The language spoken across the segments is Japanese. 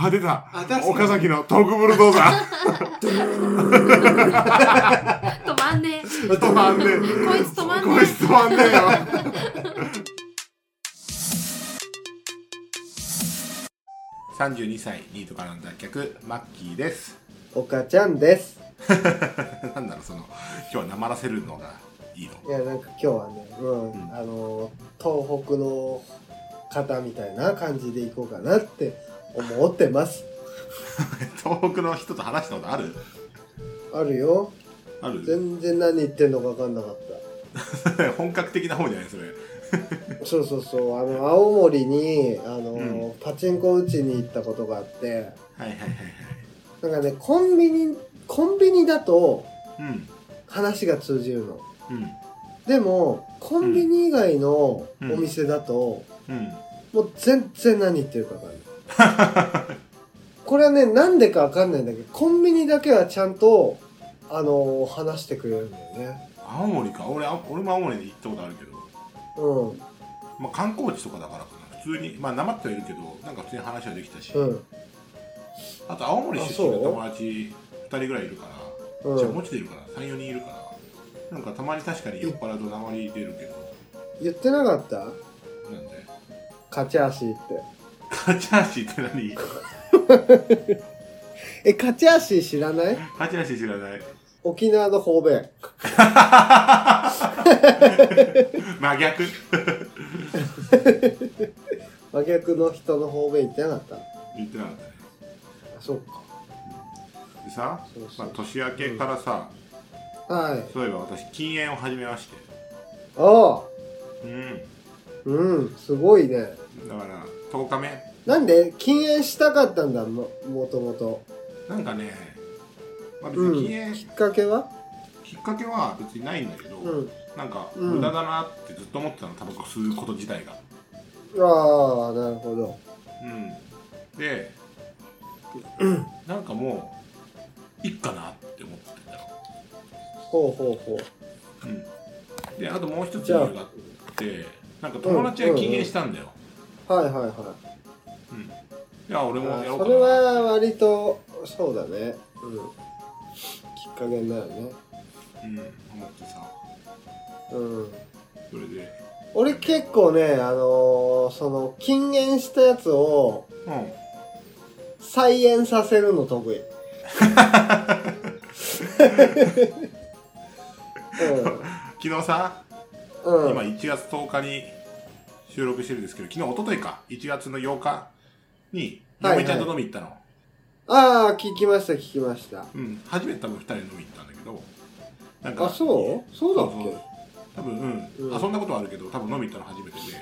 あ、出たあ、確かに岡崎のトークブルドー ザ止まんねえ。ー。止まんねえ。こいつ止まんねこいつ止まんねえよ。 32歳ニートからの脱却マッキーです 岡ちゃんですなんだろうその今日はなまらせるのがいいのいやなんか今日はね、うんうんあの東北の方みたいな感じでいこうかなって思ってます 東北の人と話したことあるあるよある全然何言ってんのか分かんなかっ 本格的な方じゃないそれたそうそうそうあの青森にあの、うパチンコ打ちに行ったことがあってはいはいはいはなんかねコンビニコンビニだというん話が通じるのうんでもコンビニ以外のお店だと、うんもう全然何言ってるか分かんないこれはねなんでか分かんないんだけどコンビニだけはちゃんとあの話してくれるんだよね青森か俺あ俺も青森で行ったことあるけど、うんまあ、観光地とかだからかな普通にまあなまってはいるけどなんか普通に話はできたし、うんあと青森あ出身のそう友達2人ぐらいいるからうじゃあんもうちょっといるから34人いるからなんかたまに確かに酔っ払うとなまり出るけど言ってなかったなんで勝ち足ってカチャーシーって何え勝ち足知らないカチャーシー知らない沖縄の方便真逆真逆の人の方便言ってなかったあ言ってなかったねそうかでさそうそまうあ、年明けからさ、はいそういえば私禁煙を始めましてああうんうんすごいねだから10日目なんで禁煙したかったんだももともとなんかね、まあ、別うんに禁煙、きっかけはきっかけは別にないんだけど、うんなんかうん無駄だなってずっと思ってたのタバコ吸うこと自体がああなるほどうんで、なんかもういっかなって思ってたのほうほうほううんであともう一つ理由があってなんか友達が禁煙したんだよ、はいはいはうんいや俺い。もやろうそかれなは割とそうだね。うん。きっかけになるね。うん思ってさうん。それで俺結構ね、あのーその禁煙したやつをうん再演させるの得意。昨日さ、うん。うん。今1月10日に収録してるんですけど昨日一昨日か1月の8日にはいはい嫁ちゃんと飲み行ったの、ああ、聞きました聞きました。うん初めて多分2人で飲み行ったんだけどなんあ、そうそうだっけ多分うん、うん遊んだことはあるけど多分飲み行ったの初めてで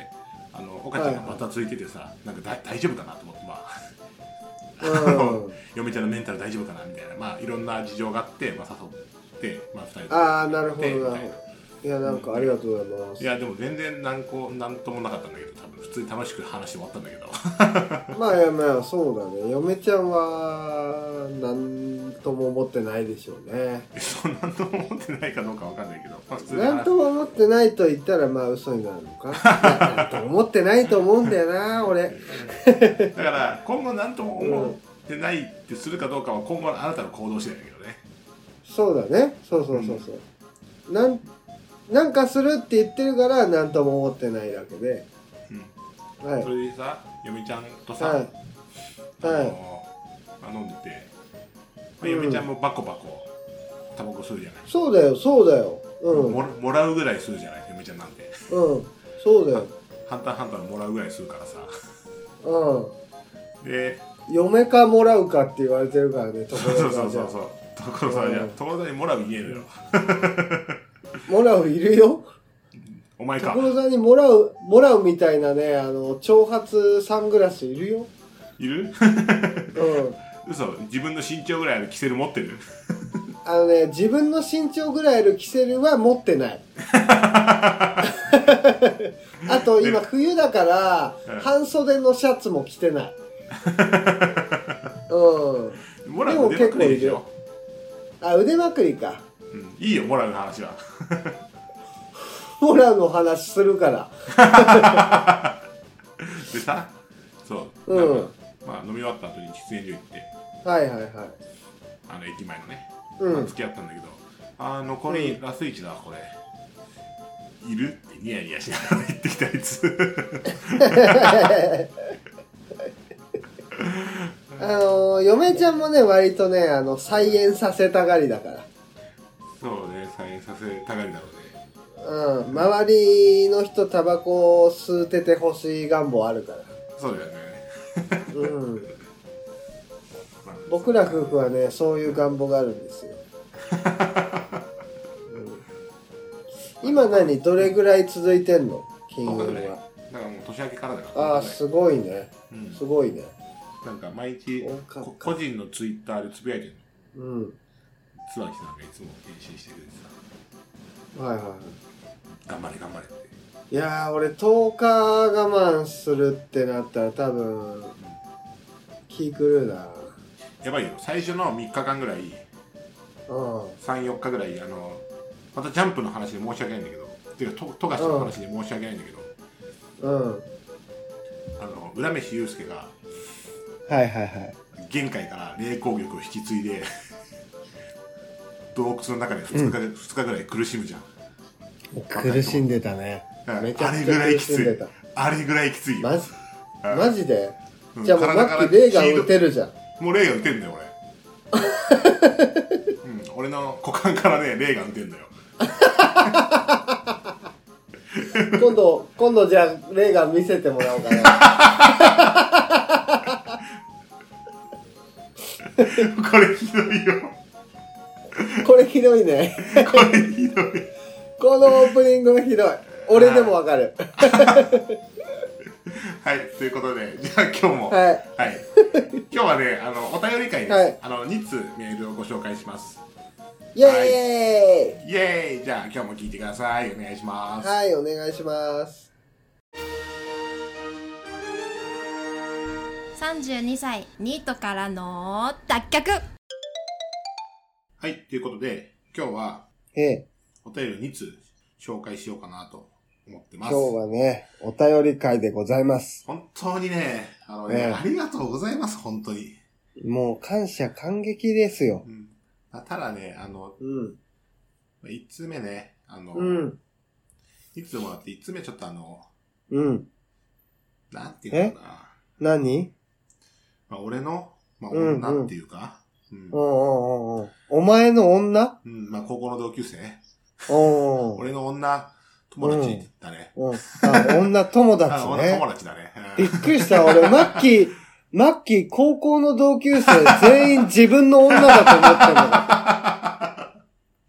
あの岡ちゃんがまたついててさ、なんかだ大丈夫かなと思ってまあ うん。嫁ちゃんのメンタル大丈夫かなみたいなまあいろんな事情があって、まあ、誘って、まあ、2人でああ、なるほどでみなたいるほなど。いや、なんかありがとうございますい。やでも全然なんこなんともなかったんだけど多分普通に楽しく話して終わったんだけど まあいやまあそうだね嫁ちゃんは何とも思ってないでしょうねそうなんとも思ってないかどうかわかんないけど、まあ、普通に何話とも思ってないと言ったらまあ嘘になるのかいやなんとも思ってないと思うんだよな俺だから今後なんとも思ってないってするかどうかは今後のあなたの行動次第だけどねそうだねそうそうそうそう、なんなんかするって言ってるから何とも思ってないだけでうんはいそれでさ嫁ちゃんとさ、はいあはいのまあ飲んでて、まあ、うん嫁ちゃんもバコバコタバコ吸うじゃない、そうだよそうだようんもらもらうぐらい吸うじゃない嫁ちゃんなんて「うんそうだよハンターハンター」もらうぐらい吸うからさうんで嫁かもらうかって言われてるからねそ友う達そうじゃそうそうそう所沢じゃん所沢にもらう言えるよもらういるよお前か所沢にもらう、もらうみたいなね、あの、長髪サングラスいるよ。いる うん。嘘自分の身長ぐらいのキセル持ってるあのね、自分の身長ぐらいのキセルは持っ てない。あと今冬だからうん、半袖のシャツも着てない。うん。もらう腕まくりでしでもょ結、あ、腕まくりか。うん、いいよもらうの話はモラの話するから。でさそう、うんなんかまあ、飲み終わった後に喫煙所行ってはいはいはい。あの駅前のね、うん。付き合ったんだけどあー残りラス1だこれいるってニヤニヤしながら言ってきたや つあのー嫁ちゃんもね、割とね、あの、再演させたがりだから。そうね再演させたがりだろうねうん。周りの人タバコを吸うててほしい願望あるから。そうだよね、うん。まあ僕ら夫婦はね、そういう願望があるんですよ。うん、今何どれぐらい続いてんの金10日ぐ運らいは。だからもう年明けからだからああ、ねすごいね。うんすごいね。なんか毎日多かったこ個人のツイッターでつぶやいてるのうん。椿さんがいつも返信してくれてはいはいはい。さ頑張れ頑張れっていやー俺10日我慢するってなったら多分気狂うなやばいよ最初の3日間ぐらいうん34日ぐらいあのまたジャンプの話で申し訳ないんだけどっていうかと富樫の話で申し訳ないんだけど、うんはいあの浦飯祐介がはいはい玄海から霊光玉を引き継いで 洞窟の中で2日ぐらい,、2日ぐらい苦しむじゃん苦しんでたねうんめちゃあくれちぐゃらい苦きしんつでいたあれぐらいきついよ、マジうんマジでうんじゃあもうマ体からッキー霊が打てるじゃんもう霊が打てんだよ 俺、うん、俺の股間からね霊が打てんだよ 今度今度じゃあ霊が見せてもらおうか なこれひどいよ これひどいねこれひどいこのオープニングはひどい俺でもわかるはいということでじゃあ今日もはいはい、今日はねあのお便り会です、はいあの2通メールをご紹介しますイエイエーイじゃあ今日も聞いてくださいお願いしまーイす、はいお願いします32歳ニートからの脱却はい、ということで、今日はええお便りを2通紹介しようかなと思ってま今す。日はねお便り会でございます本当にね、あのね、ええありがとうございます、本当に。もう感謝感激ですよう。ん、あただね、あの、うん。 1通目ね、あの、うん。 2通もらって1通目ちょっとあの、うん。なんていうのかな、何まあ、俺の、まあ、うんうん女っていうか、うんうんうんうんうん。お前の女うんまあ、高校の同級生、うん。俺の女友達だね。うん。あ、女友 達あ女ね友。達だね。うびんっくりした。俺、マッキー、 マッキー、高校の同級生全員自分の女だと思ってるの。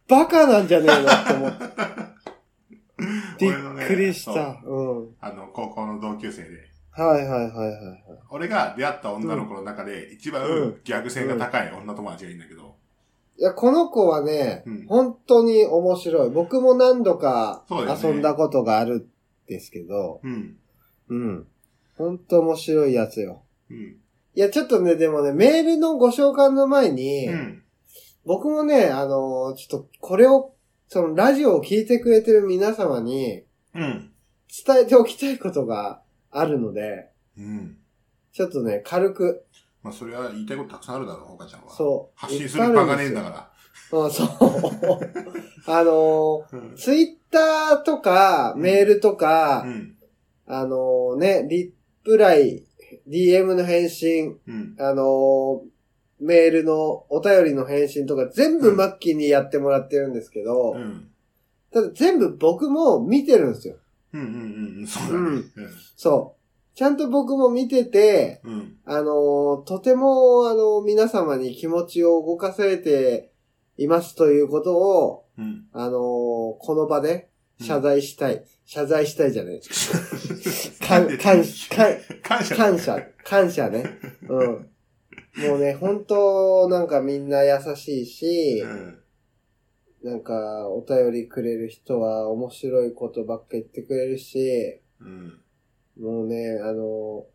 バカなんじゃねえのって思った。び俺のねっくりしそうた。うん。あの、高校の同級生で。はいはいはいはい。俺が出会った女の子の中で一番逆線が高い女友達がいいんだけど、いや、この子はね、うん本当に面白い。僕も何度かそうだよね遊んだことがあるんですけど、うん。うん。本当面白いやつよ。うん。いや、ちょっとね、でもね、メールのご紹介の前に、うん。僕もね、あのーちょっとこれを、そのラジオを聞いてくれてる皆様にうん。伝えておきたいことがあるので、うん。ちょっとね、軽く、まあ、それは言いたいことたくさんあるだろう、ほかちゃんは。う。そう。発信する場がねえんだら。かうん、そう。 ら。あのうーん。ツイッターとか、メールとか、うん。あのね、リプライ、DM の返信、うん。あのメールのお便りの返信とか全部マッキーにやってもらってるんですけど、うん。ただ全部僕も見てるんですよ。うん。うん。うん。そうだね。そう。ちゃんと僕も見てて、うん。うん。あのとても、あの皆様に気持ちを動かされていますということを、うん。あのこの場で謝罪したい。謝罪したいじゃない。感感感 感謝。感。謝、感謝ね。うん。もうね、本当なんかみんな優しいしう、ん。なんかお便りくれる人は面白いことばっか言ってくれるし、うん。もうね、あの、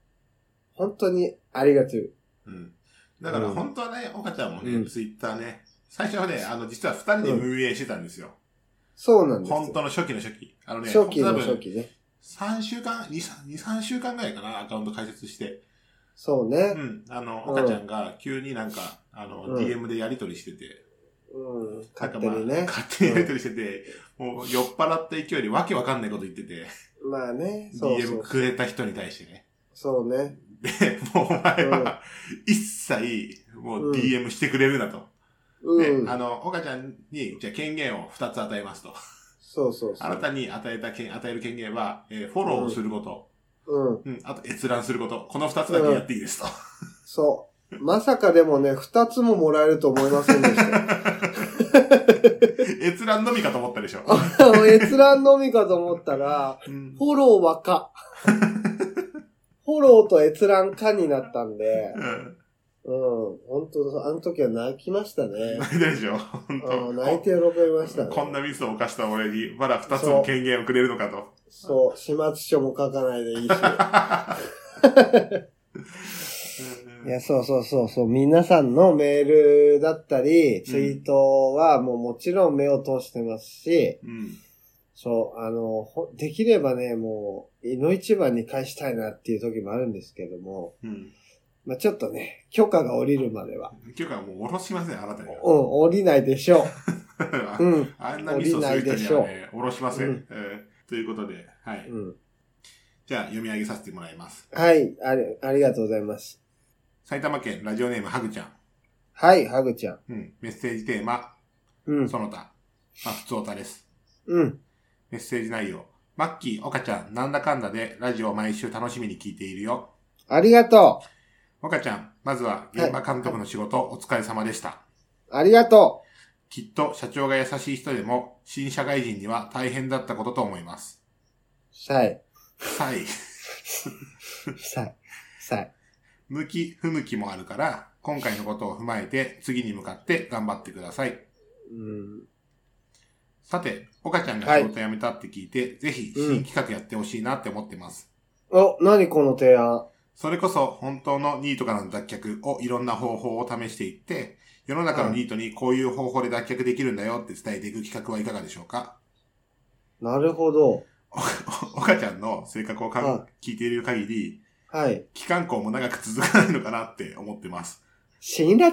本当にありがとう。うん。だから、本当はね、ほかちゃんもうね、んツイッターね、最初はね、あの、実は二人で運営してたんですよ。そうなんですよ。本当の初期の初期。あのね、初期の多分初期ね。 3週間、2、3 2 3週間ぐらいかな、アカウント開設して。そうねう。ん、あの、うん赤ちゃんが急になんか、あの、うん DM でやり取りしてて、うん。なん勝か手にまあね。勝手にやり取りしてて、もう酔っ払った勢いでわけわかんないこと言ってて、まあね。そうそ DM う。くれた人に対してね。そうね。で、もうお前は、一切、もう DM してくれるなと。うんで、。あの、岡ちゃんに、じゃあ権限を2つ与えますと。そうそうそあなう。たに与えた権、与える権限は、えーフォローをすること、うん。うん、あと閲覧すること、この2つだけやっていいですと。そう。まさかでもね、二つももらえると思いませんでした。 閲覧のみかと思ったでしょ。あの閲覧のみかと思ったら、うんフォロー はか。フォローと閲覧かになったんで、うん。うん。本当あの時は泣きましたね。泣いたでしょ。 本うん当泣いて喜びましたね。こんなミスを犯した俺に、まだ2つも権限をくれるのかと。そう、始末書も書かないでいいし。いや、そうそうそうそう、皆さんのメールだったり、ツイートはもうもちろん目を通してますし、うん。そう、あの、ほできればね、もう、いの一番に返したいなっていう時もあるんですけども、うん。まあちょっとね、許可が降りるまでは。っていうか、もう下ろしません、あなたにうん、降りないでしょは。う。うん。 あんなミスをする人にはね、下ろしません。うんえーということで、はい。うん。じゃあ、読み上げさせてもらいます。はい、あり、ありがとうございます。埼玉県ラジオネームハグちゃん。はい、ハグちゃん。うん。メッセージテーマ、うん、その他。まあ、普通おたです。うん、メッセージ内容。マッキー、岡ちゃん、なんだかんだでラジオを毎週楽しみに聞いているよ。ありがと岡ちゃん、まずは現場監督の仕事、お疲れ様でした。う。ありがときっと社長が優しい人でも、新社会人には大変だったことと思います。う。はい。はい。 さい。さい。向き、不向きもあるから、今回のことを踏まえて、次に向かって頑張ってください。うん。さて、岡ちゃんが仕事辞めたって聞いて、ぜひ新企画やってほしいなって思ってます。お、何この提案。それこそ、本当のニートからの脱却をいろんな方法を試していって、世の中のニートにこういう方法で脱却できるんだよって伝えていく企画はいかがでしょうかなるほど。お 岡ちゃんの性格をかんは聞いている限り、はい。期間校も長く続かないのかなって思ってます。 辛辣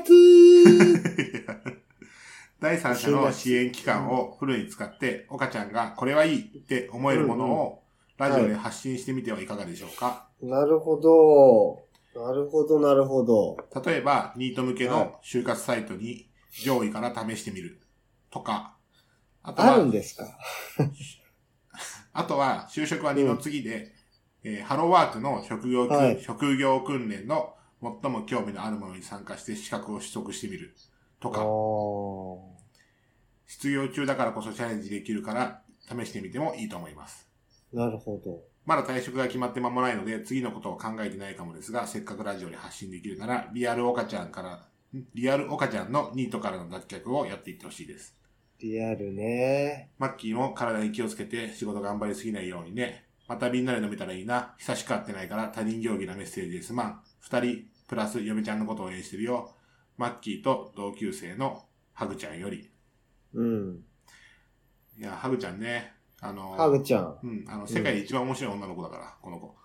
第三者の支援機関をフルに使って、岡ちゃんがこれはいいって思えるものをラジオで発信してみてはいかがでしょうか。なるほど。なるほど、なるほど。例えば、ニート向けはいの就活サイトに上位から試してみるとか、あとあるんは、ですかあとは就職は二の次で、えーハローワークの職業,、はい職業訓練の最も興味のあるものに参加して資格を取得してみるとあか、ー失業中だからこそチャレンジできるから試してみてもいいと思います。なるほど。まだ退職が決まって間もないので、次のことを考えてないかもですが、せっかくラジオで発信できるなら、リアル岡ちゃんから、んリアル岡ちゃんのニートからの脱却をやっていってほしいです。リアルね。マッキーも体に気をつけて仕事頑張りすぎないようにね。またみんなで飲めたらいいな。久しく会ってないから他人行儀なメッセージですまん。二人、プラス嫁ちゃんのことを応援してるよ。マッキーと同級生のハグちゃんより。うん。いや、ハグちゃんね。あの、ハグちゃん。うん、あの、世界で一番面白い女の子だから、この子。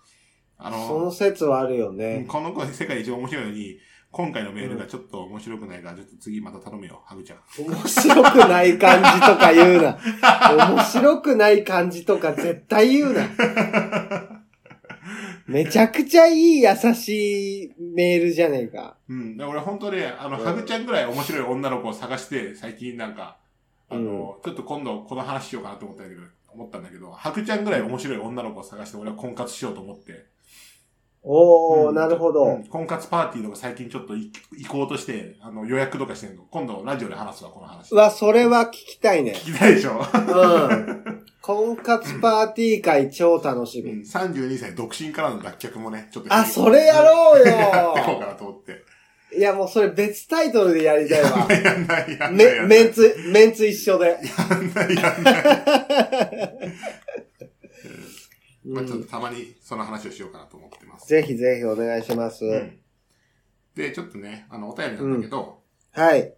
あの、その説はあるようんね。この子世界で一番面白いのに、今回のメールがちょっと面白くないから、ちょっと次また頼むよ、ハグちゃん。面白くない感じとか言うな。面白くない感じとか絶対言 うな。めちゃくちゃいい優しいメールじゃねえか。うん。だから俺本当ね、あの、うんハグちゃんぐらい面白い女の子を探して、最近なんか、あの、ちょっと今度この話しようかなと思ったんだけど、思ったんだけど、ハグちゃんぐらい面白い女の子を探して、俺は婚活しようと思って。おー、うんなるほど。うん婚活パーティーとか最近ちょっとい行こうとして、あの、予約とかしてんの。今度ラジオで話すわ、この話。うわ、それは聞きたいね。聞きたいでしょ、うん。婚活パーティー会超楽しうみ。ん、?32 歳独身からの脱却もね、ちょっと。あ、それやろうやってい こうかよなと思って。いや、もうそれ別タイトルでやりたいわ。やんない、やんない。め、メンツ、メンツ一緒で。やんない、やんない。まうあちょっんとたまにその話をしようかなと思ってます。ぜひぜひお願いします。うんで、ちょっとね、あの、お便りなんだけど、はい。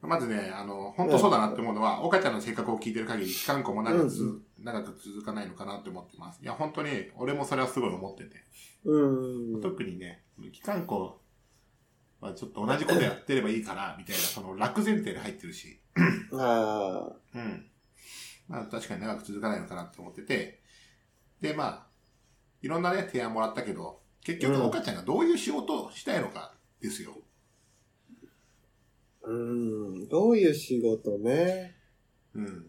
まずね、あの、本当そうだなって思うのは、岡ちゃんの性格を聞いてる限り、期間校も長くつ、長く続かないのかなって思ってます。いや、本当に、俺もそれはすごい思ってて。うん。特にね、期間校はちょっと同じことやってればいいから、みたいな、その楽前提で入ってるし。あうん。まあ確かに長く続かないのかなって思ってて、でまあ、いろんなね、提案もらったけど、結う局、ん岡ちゃんがどういう仕事をしたいのかですよ。あ。うん。どういう仕事ね。うん。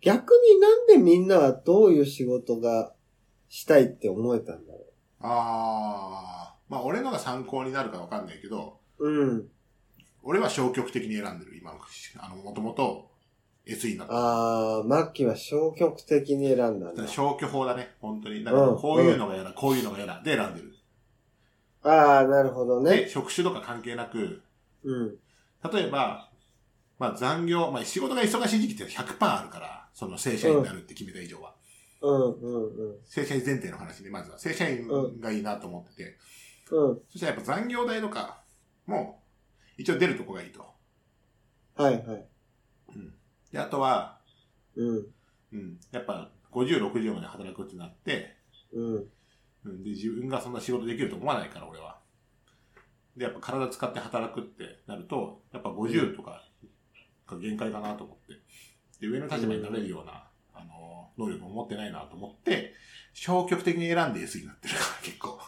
逆になんでみんなはどういう仕事がしたいって思えたんだろあー、まあ俺のが参考になるかわかんないけど、う。うん。俺は消極的に選んでる、今の。あの、もともと SE になった。ああ、マッキーは消極的に選んだんだ。消去法だね、本当に。だからこういうのが嫌だ、こういうのが嫌だ、で選んでる。ああ、なるほどで、ね。職種とか関係なく、うん。例えば、まあ残業、まあ仕事が忙しい時期って100%あるから、その正社員になるって決めた以上は。うん、うん、うん。正社員前提の話で、まずは。正社員がいいなと思ってて。うん。そしたらやっぱ残業代とかも、一応出るとこがいいと。はい、はい。で、あとは、うん、うん、やっぱ50、60まで働くってなって、うん。うん、で、自分がそんな仕事できると思わないから、俺は。で、やっぱ体使って働くってなると、やっぱ50とかが限界かなと思って。で、上の立場になれるような、あの、能力を持ってないなと思って、消極的に選んで S になってるから、結構。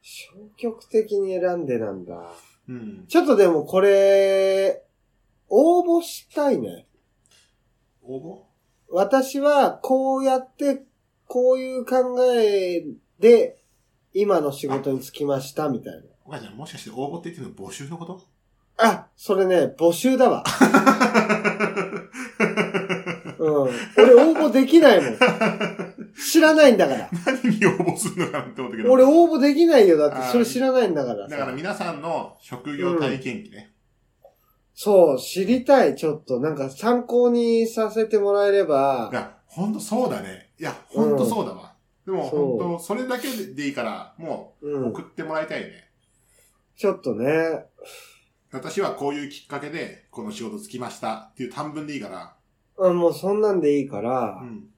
消極的に選んでなんだ。うん。ちょっとでもこれ、応募したいね。応私はこうやって、こういう考えで、今の仕事に就きました、みたいな。募お母ちゃん、もしかして応募って言ってるの募集のこと あ、それね、募集だわ。うん。俺応募できないもん。知らないんだから。何に応募するのかなって思ったけど。 俺応募できないよ。だってそれ知らないんだからだから皆さんの職業体験記ね。そう、知りたい、ちょっと。なんか参考にさせてもらえればい。や、ほんとそうだね。いや、ほんとそうだわ。でも、そうほんと、それだけでいいから、もううん送。ってもらいたいね。ちょっとね。私はこういうきっかけで、この仕事つきましたっていう短文でいいから。うん、もうそんなんでいいからう。ん。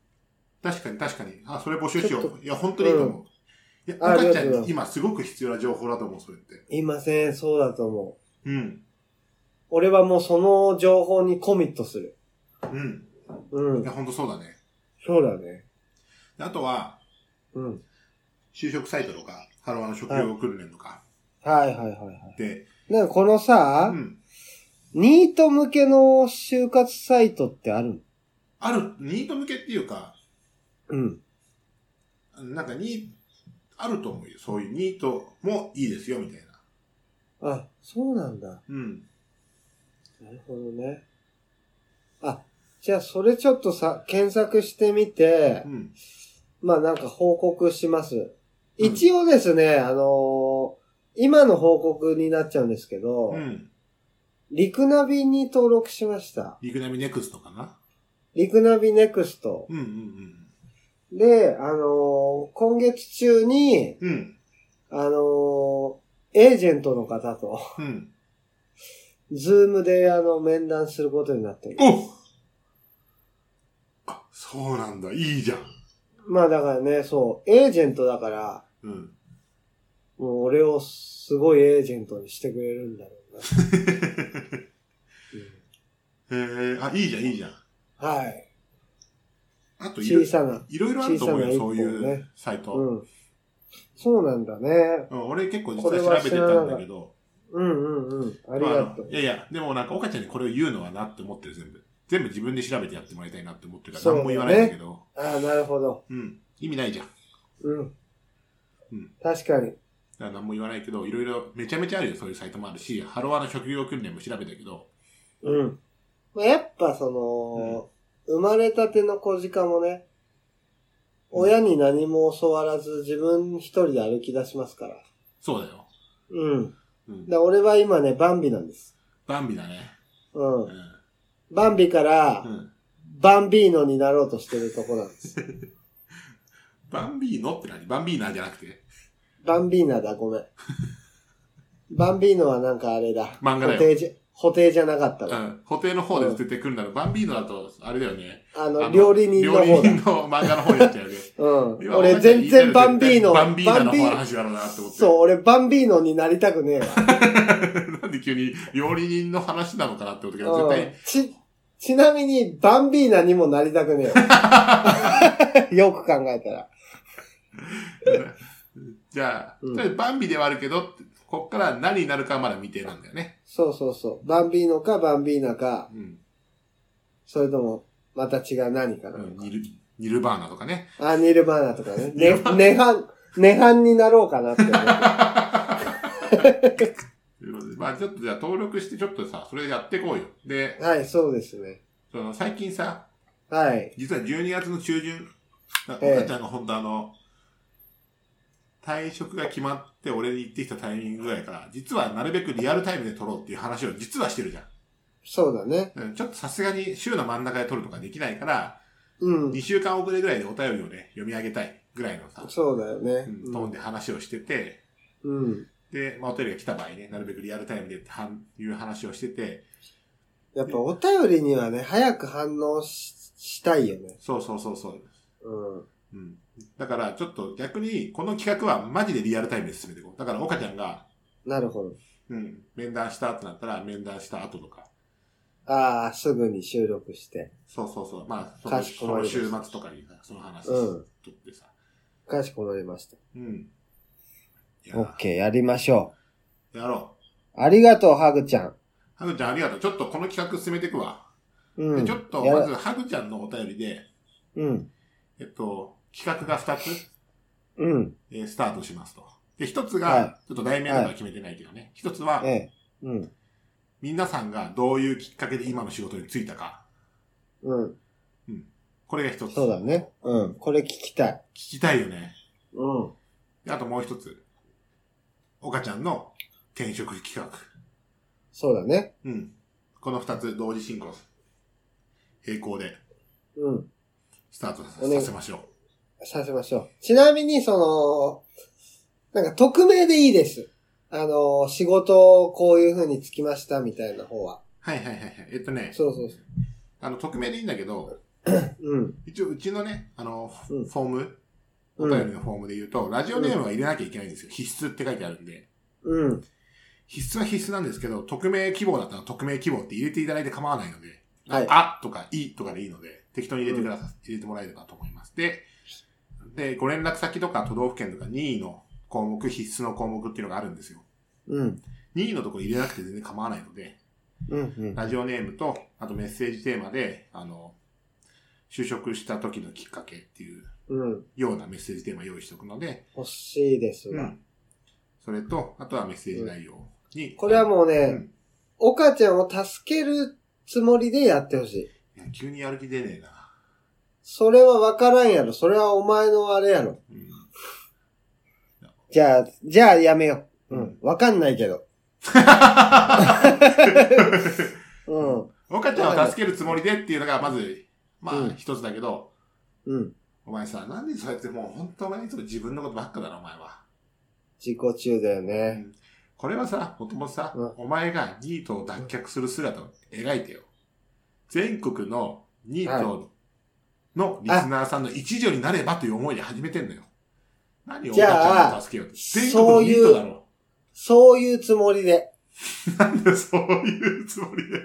確かに確かに。あ、それ募集しよちょっう。いや、本当にいいと思う。いや、あ赤ちゃありがとうんございまにす今すごく必要な情報だと思う、それって。今せん、そうだと思う。うん。俺はもうその情報にコミットする。うん。ういや、ん。ほんとそうだね。そうだね。であとは、うん。就職サイトとか、ハロワの職業訓練とかはいはいはいはで、い。なんかこのさう、ん。ニート向けの就活サイトってあるのある、ニート向けっていうか、うん。なんかに、あると思うよ。そういうニートもいいですよ、みたいな。あ、そうなんだ。うん。なるほどね。あ、じゃあそれちょっとさ、検索してみてう、ん。まあなんか報告します。うん一応ですね、あのー今の報告になっちゃうんですけど、うん。リクナビに登録しました。リグナミネクストかなリクナビネクスト。うんうんで、あのー今月中に、うん。うん。あのーエージェントの方と、 うん。ズームであの、面談することになってる。おあ、そうなんだ。いいじゃん。まあだからね、そう、エージェントだから、うん。 もう俺をすごいエージェントにしてくれるんだろうな。へえ、あ、いいじゃん、いいじゃん。うんはい。あといろ小いろ、さな。いろいろあると思うよ、小さそなう一い歩をねうサイト。ううんん。そうなんだね。俺結構実これはは調べ知てらなかったたんだけど、うんうんうん。あありがとのうい。やいや、でもなんか、岡ちゃんにこれを言うのはなって思ってる、全部。全部自分で調べてやってもらいたいなって思ってるから、何も言わないんだけど。ああ、なるほど。うん。意味ないじゃん。うん。うん確かに。だから何も言わないけど、いろいろめちゃめちゃあるよ、そういうサイトもあるし、ハロワの職業訓練も調べたけど、うん。まあ、やっぱその、生まれたての小鹿もね、親に何も教わらず自分一人で歩き出しますから。そうだよ。うん。うん。だ俺は今ね、バンビなんです。バンビだね。う。うんん。バンビからう、ん。バンビーノになろうとしてるとこなんです。バンビーノって何バンビーナーじゃなくて。 バンビーナだ、ごめん。バンビーノはなんかあれだ。漫画だよ布袋じ補定じゃなかったうら。ん。補定の方で出てくるなら、バンビーノだと、あれだよね。ああの、料理人の料理方だ。人の漫画の方やっち ゃうね。うん。俺全然バンビーノ、バンビーナの方のバンビ話だろうなって思って。そう、俺バンビーノになりたくねえわ。 なんで急に料理人の話なのかなって思ったけど、う絶ん対、ち、ちなみに、バンビーナにもなりたくね えよ。よく考えたら。じゃあ、うんとりあえずバンビではあるけど、こっから何になるかはまだ未定なんだよね。そうそうそう。バンビーノかバンビーナか、うん。それとも、また違う何かなう。んニル、ニルバーナとかね。あ、ニルバーナとかね。ね、ネハン、ネハンになろうかなって思って。ということでまあちょっとじゃあ登録してちょっとさ、それやっていこうよ。で、はい、そうですね。その最近さ、はい。実は12月の中旬、なええ岡ちゃんが本当あの、退職が決まって俺に行ってきたタイミングぐらいから、実はなるべくリアルタイムで撮ろうっていう話を実はしてるじゃん。そうだね。うんちょっとさすがに週の真ん中で撮るとかできないから、うん2。週間遅れぐらいでお便りをね、読み上げたいぐらいのさ、そうだよねう。んトーンで話をしてて、うん。で、まあお便りが来た場合ね、なるべくリアルタイムでってはんいう話をしてて、やっぱお便りにはね、早く反応ししたいよね。そうそうそうそう。うん。うん。だから、ちょっと逆に、この企画はマジでリアルタイムで進めていこう。だから、岡ちゃんが、なるほど。うん、面談したってなったら、面談した後とか、ああ、すぐに収録して。そうそうそう、まあ、そかのしこまりましそたの週末とかにさその話しうんとってさ。かしこまりました。うん。いやオッケー、やりましょやろう。ありがとう、ハグちゃん。う。ハグちゃんありがとう。ちょっとこの企画進めていくわ。うでん。ちょっと、やまず、ハグちゃんのお便りで、うん。えっと、企画が2つ、うん。えースタートしますと。で、1つはが、ちょっと題名とかは決めてないけどね。1つはえ、え。うん。皆さんがどういうきっかけで今の仕事に就いたか。うん。これが一つ。そうだね。うん。これ聞きたい。聞きたいよね。うん。であともう一つ。岡ちゃんの転職企画。そうだね。うん。この二つ同時進行。並行でうん。スタートさ,、お願いせましょさせましょう。ちなみに、その、なんか匿名でいいです。あの、仕事をこういう風につきましたみたいな方はう。。はいはいはいはい。えっとね、そうそうそあの、匿名でいいんだけど、う。うん。一応うちのね、あの、フうんフォーム、うおん便りのフォームで言うと、ラジオネームは入れなきゃいけないんですよ。必須って書いてあるんで。うん。必須は必須なんですけど、匿名希望だったら匿名希望って入れていただいて構わないので、はい。あとかいとかでいいので、適当に入れてくださ、い入れてもらえればと思います。で、で、ご連絡先とか都道府県とか任意の項目、必須の項目っていうのがあるんですよ。うん。任意のところ入れなくて全然構わないので、うん。うん。ラジオネームと、あとメッセージテーマで、あの、就職した時のきっかけっていううん。ようなメッセージテーマ用意しておくので、欲しいですわ。それと、あとはメッセージ内容に。これはもううね、ん、岡ちゃんを助けるつもりでやってほしい。いや急にやる気出ねえな。それはわからんやろ。それはお前のあれやろ。 うんじゃあ、じゃあやめよう。ううんん。わかんないけど。うん。岡ちゃんを助けるつもりでっていうのが、まず、まうあん、一つだけど、うん。お前さ、なんでそうやってもう、本当お前いつも自分のことばっかだな、お前は。自己中だよね。これはさ、もともとさ、うんお前がニートを脱却する姿を描いてよ。全国のニートのリスナーさんの一助になればという思いで始めてんだよ。何を岡じちゃあゃんを助けようって。全国のニートだろ。そういうつもりで。なんでそういうつもりで。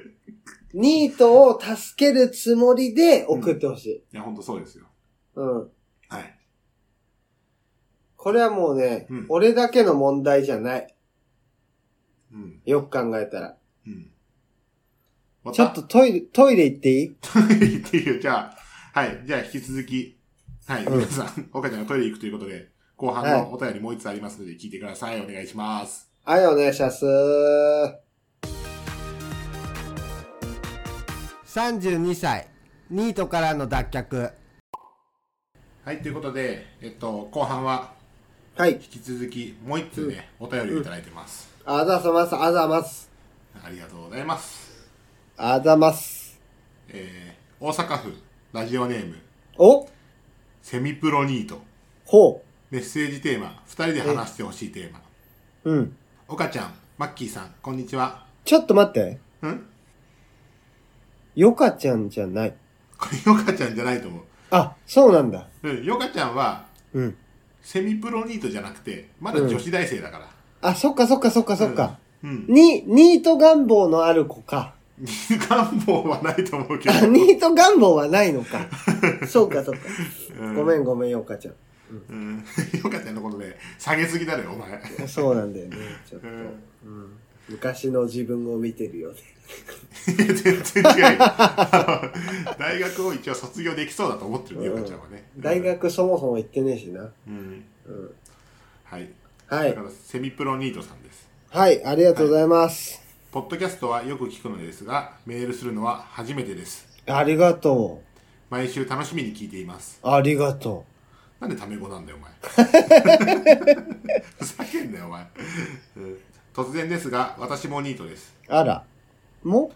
いニートを助けるつもりで送ってほしい。や、ほんとそうですよ。うん。はい。これはもうね、うん俺だけの問題じゃない。うん。よく考えたら。うん。またちょっとトイレ、トイレ行っていいっていう、じゃあ、はい、じゃあ引き続き、はい、うん皆さん、岡ちゃんがトイレ行くということで、後半はいのお便りもう一つありますので、聞いてください。お願いします。はい、お願いします。32歳、ニートからの脱却。はい、ということで、えっと、後半は、はい。引き続き、もう一つね、お便りをいただいてます。あざます、あざます。ありがとうございます。あざます。えー、大阪府、ラジオネーム、おセミプロニート。ほメッセージテーマ、二人で話してほしいテーマ。う。うん。岡ちゃん、マッキーさん、こんにちは。ちょっと待って。うんヨカちゃんじゃない。これヨカちゃんじゃないと思あ、そうなんだ。う。うん、ヨカちゃんは、うん。セミプロニートじゃなくて、まだ女子大生だから。あ、そっかそっかそっかそっか。うん。に、ニート願望のある子か。願望はないと思うけどあ、。ニート願望はないの か。そうかそうか。うんごめんごめん、ヨカちゃん。うん。 ヨカちゃんのことで、下げすぎだね、お前。そうなんだよね。ちょっと。ううんん、昔の自分を見てるよね。いや全然違うよ あの大学を一応卒業できそうだと思ってるねうんゆかちゃんはね大学そもそも行ってねえしな。うんうん。はいはだいか。らセミプロニートさんですはい、ありがとうございます。ポッドキャストはよく聞くのですがメールするのは初めてですありがとう。毎週楽しみに聞いていますありがとなんでタメ語なんだよお前ふざけんなよお前、うん突然ですが私もニートですう。あら。も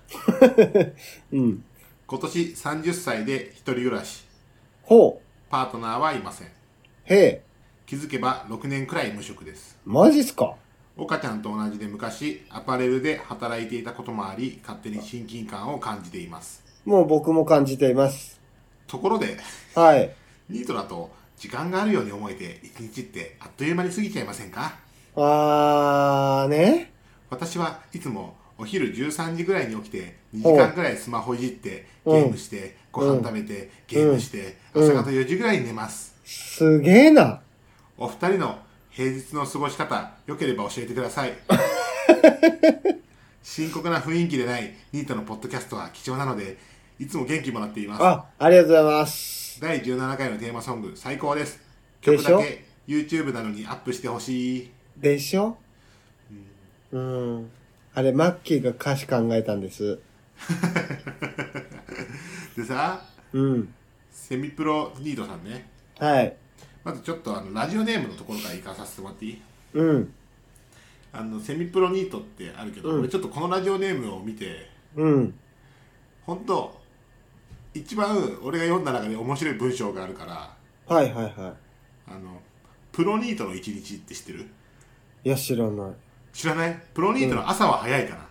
うん。今年30歳で一人暮らしほう。パートナーはいませんへえ。気づけば6年くらい無職ですマジっすか岡ちゃんと同じで昔アパレルで働いていたこともあり勝手に親近感を感じていますもう僕も感じています。ところではい。ニートだと時間があるように思えて一日ってあっという間に過ぎちゃいませんかあーね。私はいつもお昼13時ぐらいに起きて2時間ぐらいスマホいじってゲームしてご飯食べてゲームしてうん朝方4時ぐらいに寝ますすげえな。お二人の平日の過ごし方よければ教えてくだ さい深刻な雰囲気でないニートのポッドキャストは貴重なのでいつも元気もらっていますあ、ありがとうございます。第17回のテーマソング最高ですで曲しょだけ YouTube なのにアップしてほしいでしょうん。あれ、マッキーが歌詞考えたんです。でさうん。セミプロニートさんねはい。まずちょっとあのラジオネームのところから行かさせてもらっていいうん。あのセミプロニートってあるけど、うん俺ちょっとこのラジオネームを見てうん。本当一番俺が読んだ中で面白い文章があるからはいはいはあの、プロニートの一日って知ってるい。いや、知らない。知らないプロニートの朝は早いかな。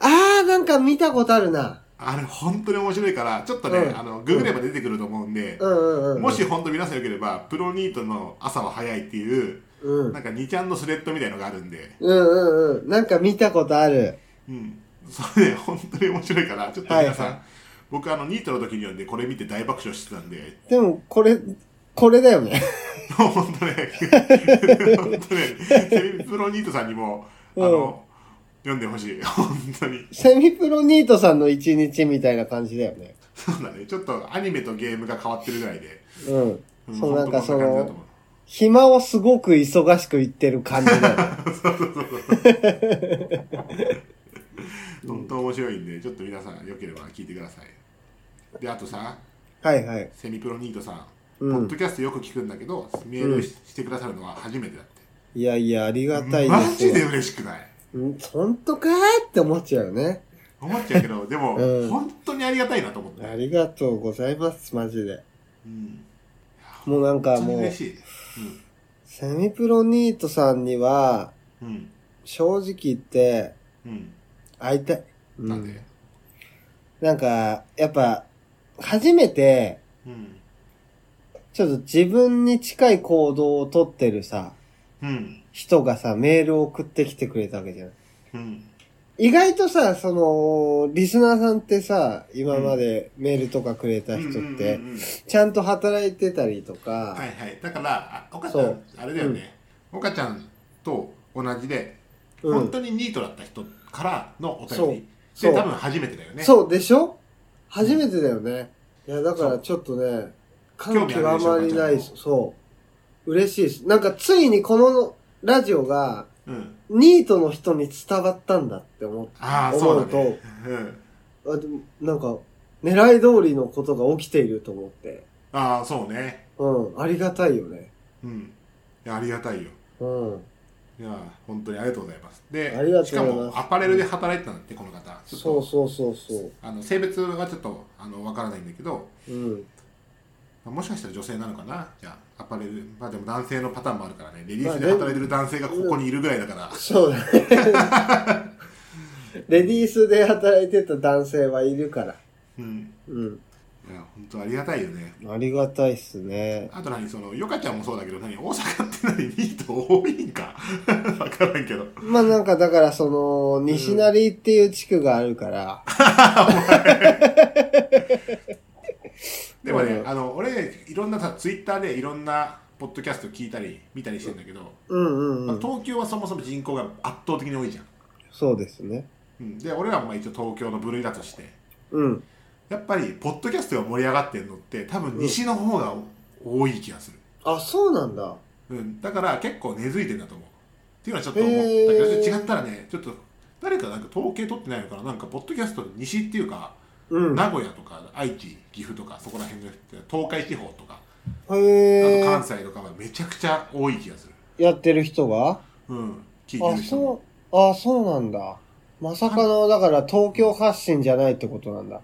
あー、なんか見たことあるな。あれ、本当に面白いから、ちょっとね、うんあの、ググれば出てくると思うんでう、んうんうん。もし、本当皆さんよければ、プロニートの朝は早いっていう、うん。なんか2ちゃんのスレッドみたいのがあるんで、うんうんうん。なんか見たことある。うん。それね、 本当に面白いから、ちょっと皆さん、はいは僕あの、ニートの時に読んで、これ見て大爆笑してたんで、 でも、これ、これだよね。 本当ね、本当ね、セミプロニートさんにも、あの、読んでほしい。本当に。セミプロニートさんの一日みたいな感じだよね。そうだね。ちょっとアニメとゲームが変わってるぐらいで。うん。うんそう、なんかそほとこんな感じだとの思、暇をすごく忙しく言ってる感じだよね。う本当面白いんで、ちょっと皆さんよければ聞いてください。で、あとさ、 はいはい。セミプロニートさん、うポッんド。キャストよく聞くんだけど、メールししてくださるのは初めてだって。いやいや、ありがたいマですジよ。で嬉しくないうん、本当かーって思っちゃうよね。思っちゃうけど、でも、うん本当にありがたいなと思って。ありがとうございます、マジで。うん。もうなんか本当もにう嬉、しい。セミプロニートさんには、うん。うん。正直言って、うん。会いたい。うなんでなんか、やっぱ、初めて、うん。ちょっと自分に近い行動をとってるさ、うん。人がさ、メールを送ってきてくれたわけじゃん。うん。意外とさ、その、リスナーさんってさ、今までメールとかくれた人うんっうんうてん、うんちゃんと働いてたりとはか、いはい。だから、あ岡ちゃ、そうんあれだよね。岡ちゃんと同じで、うん本当にニートだった人からのおそ便うり。そで、う多分初めてだよね。そうでしょ初めてだよね。いや、だからちょっとね、感極まりない興味あるでしょし、そう。嬉しいです。なんかついにこのラジオが、うん。ニートの人に伝わったんだって思ってああ、思そううとだね。うん。あでもなんか、狙い通りのことが起きていると思って。ああ、そうね。うん、ありがたいよね。うん。いや、ありがたいよ。ういん。や、本当にありがとうございます。で、ありがとうございますしかもアパレルで働いてたんだって、この方。ちょっとそうそうそうそう。あの性別はちょっとあのわからないんだけど、うん。まあもしかしたら女性なのかなじゃあ、アパレル。まあでも男性のパターンもあるからね。レディーまあスで で働いてる男性がここにいるぐらいだから。そうだね。レディースで働いてた男性はいるから。うん。うん。いや、本当ありがたいよね。ありがたいっすね。あと何その、ヨカちゃんもそうだけど、何大阪って何ニート多いんか わからんけど。まあなんかだからその、西成っていう地区があるから、でもね、うんあの、俺ね、いろんなさ、ツイッターでいろんなポッドキャスト聞いたり、見たりしてんだけど、うんうんまうあん。東京はそもそも人口が圧倒的に多いじゃん。そうですね。うん、で、俺らもまあ一応東京の部類だとして、うん。やっぱり、ポッドキャストが盛り上がってるのって、多分西の方が多い気がする。あ、そうなんだ。うん、だから結構根付いてんだと思う。っていうのはちょっと思ったけど、へ違ーったらね、ちょっと、誰かなんか統計取ってないのかな、なんか、ポッドキャスト西っていうか、うん。名古屋とか愛知岐阜とかそこら辺の東海地方とかあとへ関ー西とかはめちゃくちゃ多い気がするやってる人がうん聞いてあ、る人もそう、あ、そうなんだ。まさかの、だから東京発信じゃないってことなんだ。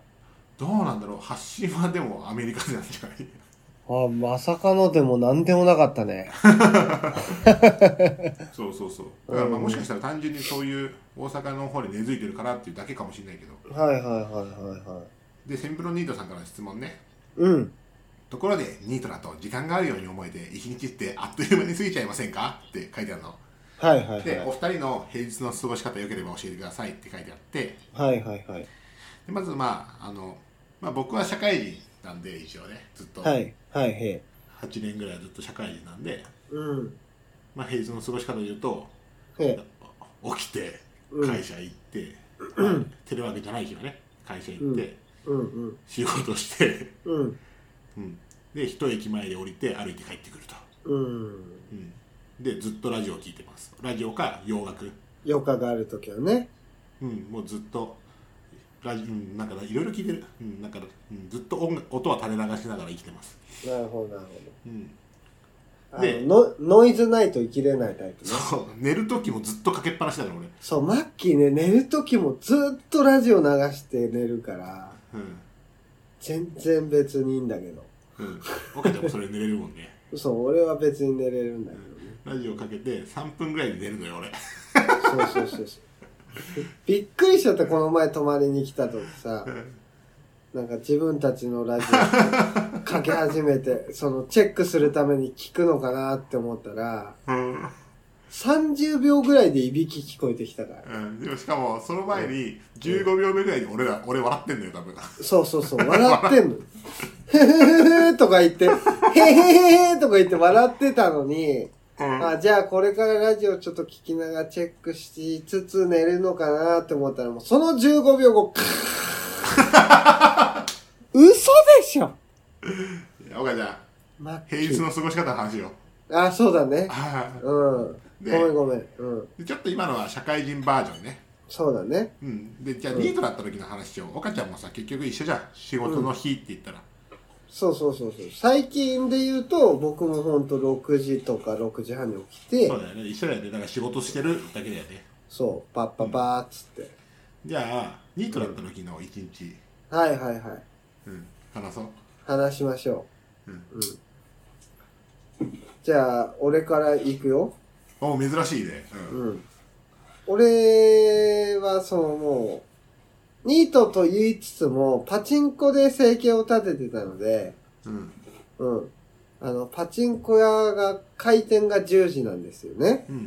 どうなんだろう発信はでもアメリカなんじゃない あ、まさかのでもなんでもなかったね。そうそうそうだからまあうんもしかしたら単純にそういう大阪の方に根付いてるからっていうだけかもしれないけどはいはいはいはいはい。でセンブロニートさんからの質問ねうん。ところでニートだと時間があるように思えて一日ってあっという間に過ぎちゃいませんかって書いてあるのはいはいはいで。お二人の平日の過ごし方よければ教えてくださいって書いてあってはいはいはい。でまずまああの、まあ、僕は社会人なんで一応ねずっとは8いはいはい。年ぐらいずっと社会人なんで、うん。まあ、平日の過ごし方で言うとへ起きてうん会社行って、まあテレワークじゃないけどね会社行って、うんうんうん。仕事して、うん。うん、で一駅前で降りて歩いて帰ってくると、うん。うん、でずっとラジオを聞いてますラジオか洋楽、余暇があるときはね。うん、もうずっとラジうん、なんかいろいろ聞いてる、うん、なんか、うん、ずっと音楽音は垂れ流しながら生きてます、なるほどなるうん、ほど。であのノノイズないと生きれないタイプね。そう寝る時もずっとかけっぱなしだから俺、そう、マッキーね、寝るときもずっとラジオ流して寝るから、うん全然別にいいんだけど。うん、起きてもそれ寝れるもんねそう、俺は別に寝れるんだけどね。ラジオかけて3分ぐらいで寝るのよ俺そうそうそうそう。びっくりしちゃった、この前泊まりに来た時さ。なんか自分たちのラジオかけ始めて、そのチェックするために聞くのかなって思ったら、うん、 30秒ぐらいでいびき聞こえてきたから。うん、でもしかもその前に15秒目ぐらいに俺ら俺笑ってんだよ多分そうそうそう、笑ってんの。ふふふふとか言って、へへへへとか言って笑ってたのに、うんあじゃあこれからラジオちょっと聞きながらチェックしつつ寝るのかなって思ったらもうその15秒後、カー 嘘でしょいや岡ちゃんマッキー平日の過ごし方の話をあ、そうだね。あーうん。ごでめんごめん。うん。でちょっと今のは社会人バージョンねそうだね。うん、でじゃあニートだった時の話を岡ちゃんもさ結局一緒じゃん仕事の日って言ったら、そうそうそうそう。最近で言うと、僕もほんと6時とか6時半に起きてそう、だよね一緒だよねだから仕事してるだけだよねそう、パッパパーっつって。じゃあニートだった時の一日、はいはいはい。うん、話そう話しましょう。ううんん。じゃあ、俺から行くよ。お珍しいね、うんうん。俺は、そのもう、ニートと言いつつも、パチンコで生計を立ててたので、うんうん。あの、パチンコ屋が、開店が10時なんですよね。うんう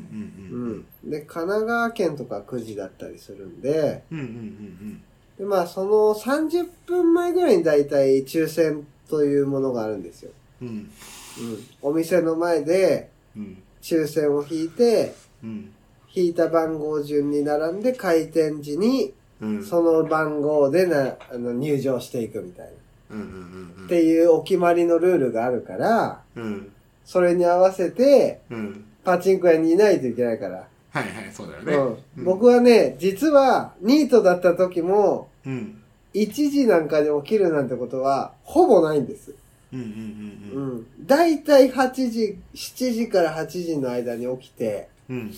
んうんうん。で、神奈川県とか9時だったりするんで、うんうんうんで、まあ、その30分前ぐらいに大体抽選というものがあるんですよ。うんうんうん。お店の前で、うん抽選を引いて、うん引いた番号順に並んで開店時に、うんその番号でな、あの、入場していくみたいな。うんうんうんっていうお決まりのルールがあるから、うんそれに合わせて、うんパチンコ屋にいないといけないから。はいはいそうだよね、う僕ん。僕はね、実は、ニートだった時も、うん1時なんかで起きるなんてことは、ほぼないんです。うんうんうんううんん。だいたい8時、7時から8時の間に起きて、うん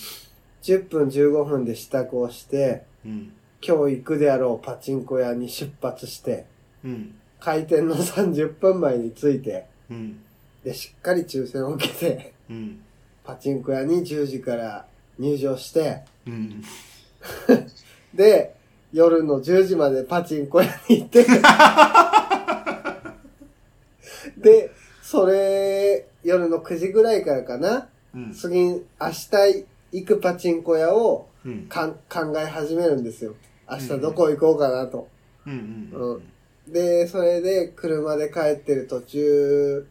10分15分で支度をして、うん今日行くであろうパチンコ屋に出発して、うん開店の30分前に着いて、うんで、しっかり抽選を受けて、 うんパチンコ屋に10時から入場して、うんで、夜の10時までパチンコ屋に 行って。で、それ、夜の9時ぐらいからかな。うん。次、明日行くパチンコ屋をうん。かん考え始めるんですよ。明日どこ行こうかなと。うん。ううんん。で、それで車で帰ってる途中、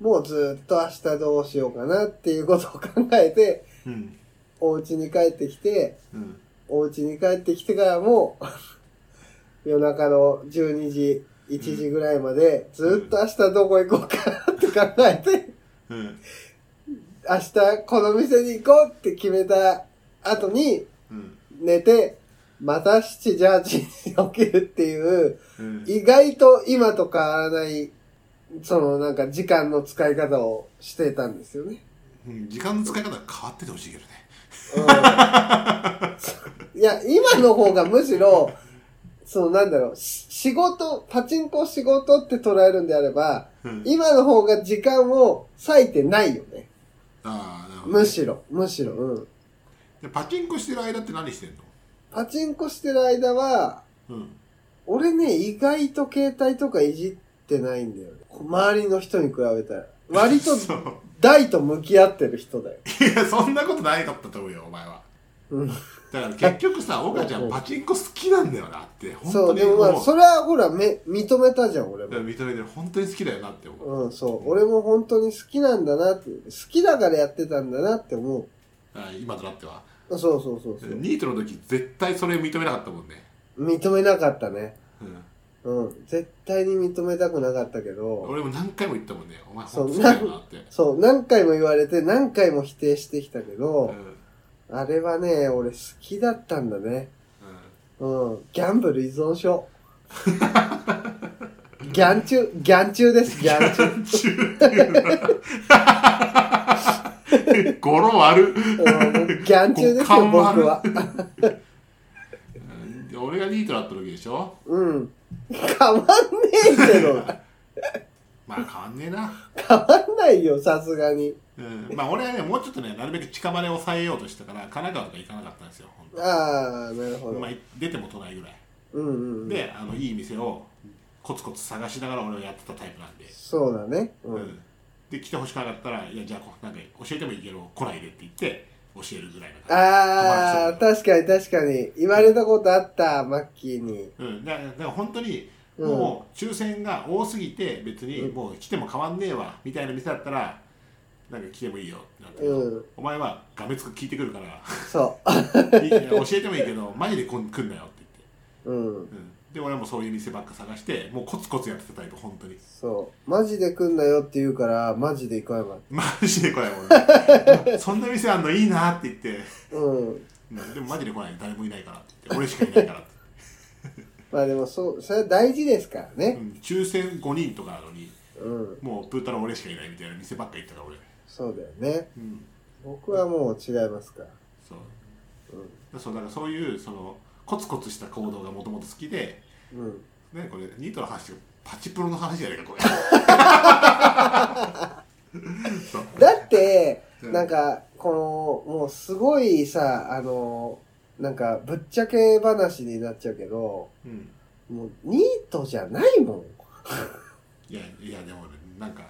もうずっと明日どうしようかなっていうことを考えて、うん。お家に帰ってきて、うん。お家に帰ってきてからも、 夜中の12時、1時ぐらいまで、ずっと明日どこ行こうかなって考えて、うん。明日この店に行こうって決めた後にうん。寝て、また7時、8時に起きるっていう、うん。意外と今と変わらない、そのなんか時間の使い方をしてたんですよね。うん時間の使い方が変わっててほしいけどね。うんいや、今の方がむしろ、そのなんだろう、し仕事、パチンコを仕事って捉えるんであれば、うん。今の方が時間を割いてないよね。ああ、なるほど。むしろ、むしろ、うん。でパチンコしてる間って何してんのパチンコしてる間は、うん。俺ね、意外と携帯とかいじってないんだよね。周りの人に比べたら。割とそう大と向き合ってる人だよ。いや、そんなことないかったと思うよ、お前は。うんだから結局さ、岡ちゃうんんうんパチンコ好きなんだよなって、本そ当う、にでももう、まあ、それはほら、め、認めたじゃん、俺だからも。認めてる、本当に好きだよなって思う。うん、そう。俺も本当に好きなんだなって、好きだからやってたんだなって思う。あ今となっては。そうそうそうそう。ニートの時、絶対それ認めなかったもんね。認めなかったね。うん。うん。絶対に認めたくなかったけど、俺も何回も言ったもんね、お前そ本う当好きだよなって。そう、何回も言われて、何回も否定してきたうけん。うど、ん。あれはね、俺好きだったんだね。うん。ギャンブル依 存症。ギャン中、ギャン中です、ギャン中っ中。ていうな語呂悪っうんギャン中ですよ、五感僕はある は。で俺がニートだった時でしょうん。変わんねえけど。まあ変わんねえな。変わんないよ、さすがに。うん、まあ俺はね、もうちょっとね、なるべく近場で抑えようとしたから、神奈川とか行かなかったんですよ、本当ああ、なるほど。まあ、出ても都内ぐらい。うんうんうん。で、あの、いい店をコツコツ探しながら俺はやってたタイプなんで。そうだね。う。うんん。で、来てほしくなかったら、いや、じゃあこ、なんか教えてもいいけど、来ないでって言って、教えるぐらいな感ああ、確かに確かに。言われたことあった、マッキーに。じ。うん。だだから本当に、うんもう抽選が多すぎて、別にもう来ても変わんねえわ、みたいな店だったら、なんか来てもいいよってなったけど、うんお前はがめつく聞いてくるから、そう。いいや教えてもいいけど、マジで来ん来んなよって言って。うん。うんで俺もそういう店ばっか探してもうコツコツやってたタイプ本当にそう。マジで来んなよって言うから、マジで行かなかっマジで来ないもんね そんな店あんのいいなって言って、た。うん。うんでもマジで来ない誰もいないからって言って俺しかいないからって、まあでも、そう、それは大事ですからうね。ん抽選5人とかなのにうん。もうプータロ俺しかいないみたいな店ばっか行ったから俺そうだよね。うん僕はもう違いますから。そううん。だそうだからそういうそのコツコツした行動がもともと好きでうん。ねこれニートの話パチプロの話じゃないかこれそうだって、うんなんか、この、もうすごいさ、あの、なんか、ぶっちゃけ話になっちゃうけど、うんもう、ニートじゃないもん。いやいやでも俺なんか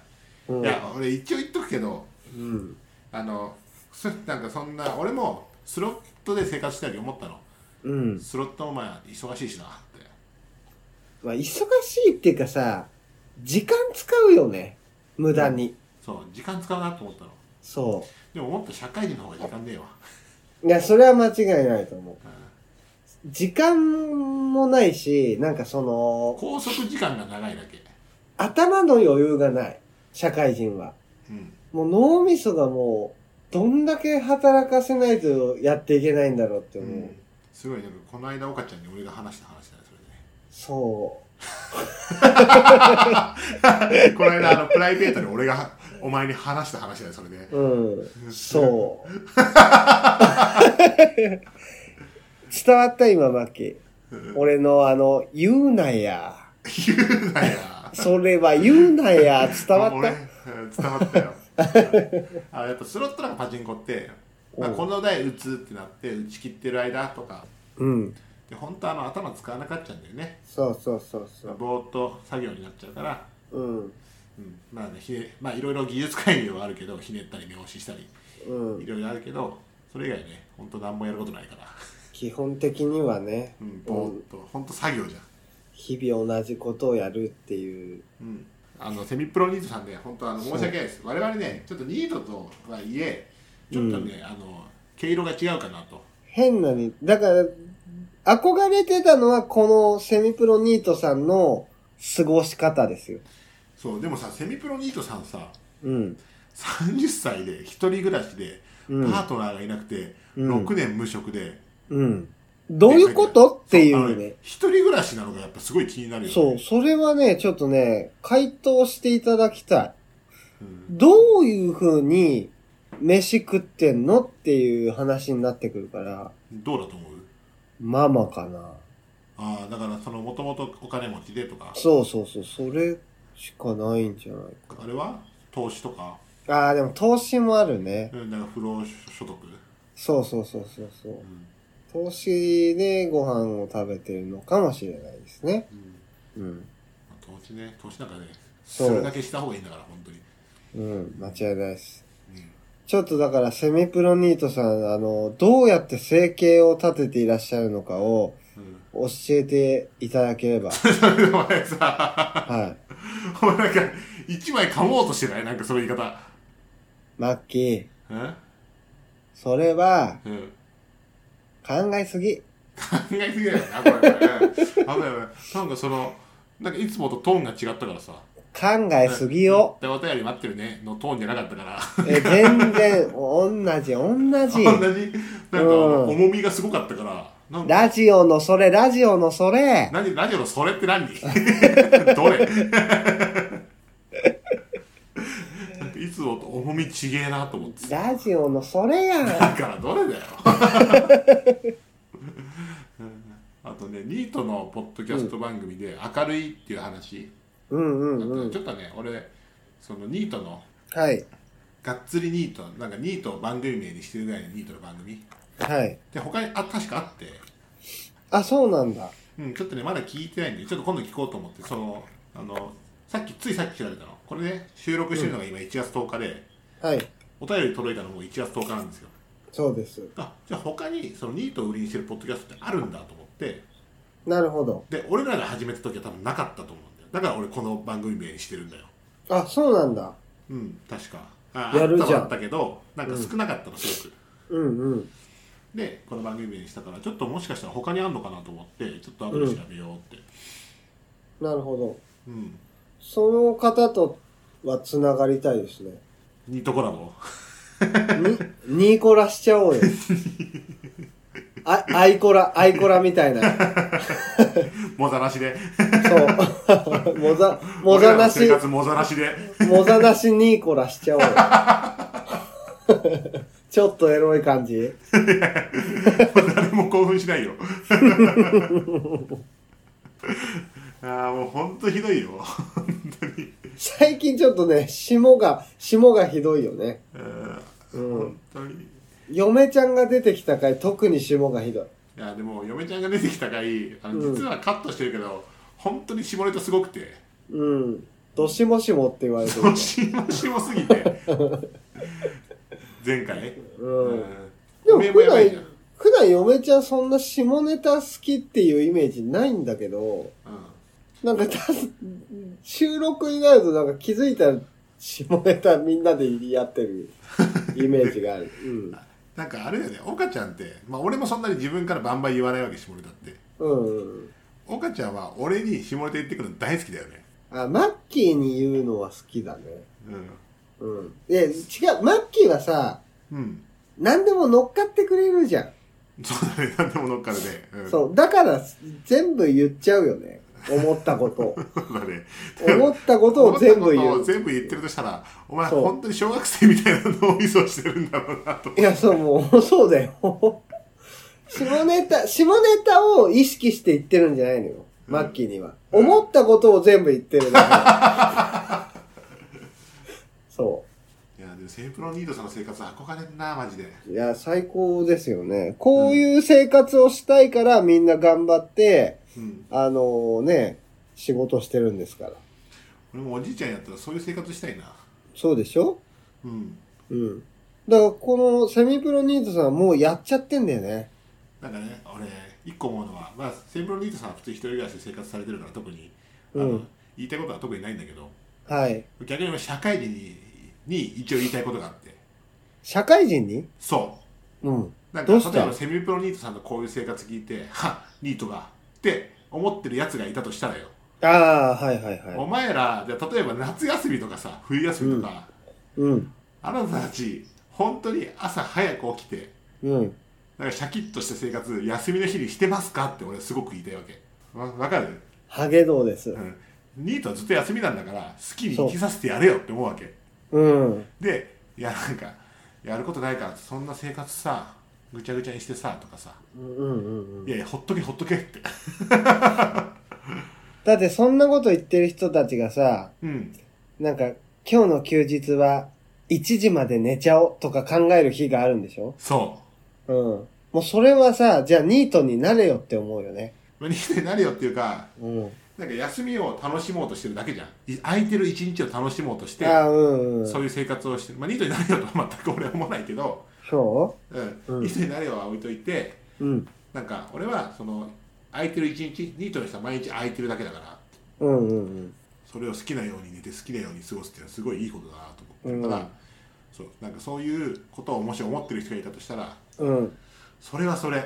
うん。いや俺一応言っとくけどうん。あのそなんかそんな俺もスロットで生活したいと思ったのうん。スロットもまあ忙しいしなってまあ、忙しいっていうかさ、時間使うよね。無駄に。そう時間使うなと思ったのそでももっと社会人の方が時間ねえわ、う。いや、それは間違いないと思う。うん時間もないし、なんかその、拘束時間が長いだけ頭の余裕がない。社会人は。うんもう脳みそがもう、どんだけ働かせないとやっていけないんだろうって思う。すごいなんかこの間岡ちゃんに俺が話した話だねそそれね この間あのプライベートで俺がお前に話した話だねそれねう。うん。 そう。伝わった今、マッキー。俺のあの、言うなや。言うなやそれは言うなや。伝わっ俺たうん伝わったよあやっぱスロットなんかパチンコって、まあ、うんこの台打つってなって打ち切ってる間とかうん。で本当あの頭使わなかったんだよねそうそうそうそう。ぼーっと作業になっちゃうから、うん。うん、まあねひねまあいろいろ技術改良はあるけど ひねったり目押ししたりういん。ろいろあるけどそれ以外ね本当何もやることないから、基本的にはね、うん、ぼーっと本当作業じゃん日々同じことをやるっていう。うんあのセミプロニートさんね、本当あの申し訳ないです、我々ね、ちょっとニートとはいえ、ちょっとね、あの毛色が違うかなと、変なに、だから、憧れてたのはこのセミプロニートさんの過ごし方ですよ。そうでもさ、セミプロニートさんさ、うん。 30歳で一人暮らしで、パうんートナーがいなくて、うん6年無職で、うん。どういうことっていそうあのうねね。一人暮らしなのがやっぱすごい気になるよね。そう、それはね、ちょっとね、回答していただきたい。うんどういう風に飯食ってんのっていう話になってくるから、どうだと思うママかな。ああ、だからその、もともとお金持ちでとか、そうそうそう、それしかないんじゃないあれは投資とか、か。ああー、でも投資もあるね。うんなんか不労所得、そうそうそうそうそうう。ん投資でご飯を食べてるのかもしれないですね。うんうん。まあ投資ね投資なんかねすそうるだけした方がいいんだから本当に、うん、間違いないです。うんちょっとだからセミプロニートさん、あの、どうやって生計を立てていらっしゃるのかを教えていただ ければ。うん、お前さはお前なんか一枚噛もうとしてないなんかその言い方い。マッキー、うん、それはうん、考考えすぎ。えすぎだよなこれこれうん危ない危ないなんかそのなんかいつもとトーンが違ったからさ考えすぎよ。でお便り待ってるねのトーンじゃなかったからえ、全然、同じ、同じ。同じなんかうん重みがすごかったからなんかラジオのそれ、ラジオのそれ。何ラジオのそれって 何どれ なんかいつもと重みちげえなと思ってラジオのそれやん。だからどれだようん あとねニートのポッドキャスト番組で明るいっていう話、うんうあんとうんち。ょっとね俺そのニートのはい。がっつりニートなんかニートを番組名にしてるぐらいのニートの番組はい。で他にあ確かあって、あ、そうなんだ。うん、ちょっとねまだ聞いてないんでちょっと今度聞こうと思ってそのあのさっきついさっき調べたのこれね収録してるのが今1月10日で、はい。お便り届いたのも1月10日なんですよそうです。あじゃあ他にそのニートを売りにしてるポッドキャストってあるんだと思ってなるほど。で俺らが始めた時は多分なかったと思うんだよだから俺この番組名にしてるんだよあ、そうなんだ。うん確かあやるじゃあっんたはあったけどなんか少なかったのすごく、うんうん。でこの番組名にしたからちょっともしかしたら他にあんのかなと思ってちょっと後で調べようってなるほど。うん、その方とは繋がりたいですね。ニートコラボ に、ニーコラしちゃおうよ。あ、アイコラ、アイコラみたいな。もざらしでそう。 もざ、もざな俺らの生、し活もざらしでもざなしニーコラしちゃおうよ。 ちょっとエロい感じ誰も興奮し ないよああもうほんとひどいよ最近ちょっとね、霜が、霜がひどいよね。うんうん。本当に嫁ちゃんが出てきた回、特に霜がひどい。いやでも嫁ちゃんが出てきた回あのうん実はカットしてるけど、本当に絞れとすごくてうん。どしもしもって言われてるど。しもしもすぎて 前回うんおでもめえも普やばいじゃ段ん、、普段嫁ちゃんそんな下ネタ好きっていうイメージないんだけど、なんかたす収録になるとなんか気づいたら下ネタみんなで言い合ってるイメージがある。なんかあれだよね岡ちゃんって、まあ、俺もそんなに自分からバンバン言わないわけ下ネタってうん。うんうん。岡岡ちゃんは俺に下ネタ言ってくるの大好きだよねあ、マッキーに言うのは好きだね。うんうん。で、違う、マッキーはさ、うん何でも乗っかってくれるじゃん。そうだね 何でも乗っかるね、うん、そう。だから全部言っちゃうよね。思ったこと を。そうだね思ったことを全部思ったこ言とをう。全部言ってるとしたらお前そう本当に小学生みたいな脳みそしてるんだろうな といや、そう、もう、そうだよ。下ネタ、下ネタを意識して言ってるんじゃないのよ。マッキーには。思った ことを全部言ってるだけ。そう。いやでもセープロニードさんの生活憧れんな、マジで。いや、最高ですよね。こういう生活をしたいからみんな頑張って、うん。あのね、仕事してるんですから。俺もおじいちゃんやったらそういう生活したいな。そうでしょうん。うん。だからこのセミプロニートさんはもうやっちゃってんだよね。なんかね、俺、一個思うのは、まあ、セープロニードさんは普通一人暮らしで生活されてるから特に、あの、うん言いたいことは特にないんだけど、はい。逆に俺社会人にに一応言いたいことがあって。社会人にそうん。う。なんどか、うした例えばセミプロニートさんのこういう生活聞いて、 はニートが、って思ってる奴がいたとしたらよ。ああ、はいはいはお前ら、じゃあ例えば夏休みとかさ、冬休みとか、い。うん。あなたたち、本当に朝早く起きて、うん。なんかシャキッとした生活、休みの日にしてますかって俺すごく言いたいわけ。わわかるハゲ道ですう。ん。ニートはずっと休みなんだから、好きに生きさせてやれよって思うわけ。うん。で、いやなんか、やることないから、そんな生活さ、ぐちゃぐちゃにしてさ、とかさ、うんうんうん。いやいや、ほっとけほっとけって。だってそんなこと言ってる人たちがさ、うん。なんか今日の休日は1時まで寝ちゃおうとか考える日があるんでしょそうん。もうそれはさ、じゃあニートになれよって思うよね。う。まあニートになるよっていうか、うん。なんか休みを楽しもうとしてるだけじゃん。い空いてる一日を楽しもうとして、ああ、うんうん。そういう生活をしてる。まあ、ニートになれよとは全く俺は思わないけど、そうん。うんニートになれよは置いといて、ううん。なんか俺は、その、空いてる一日、ニートの人は毎日空いてるだけだから、うんうんそれを好きなように寝て好きなように過ごすっていうのはすごいいいことだなと思うんって。ただ、そう、なんかそういうことをもし思ってる人がいたとしたら、うん。うん。それはそれ、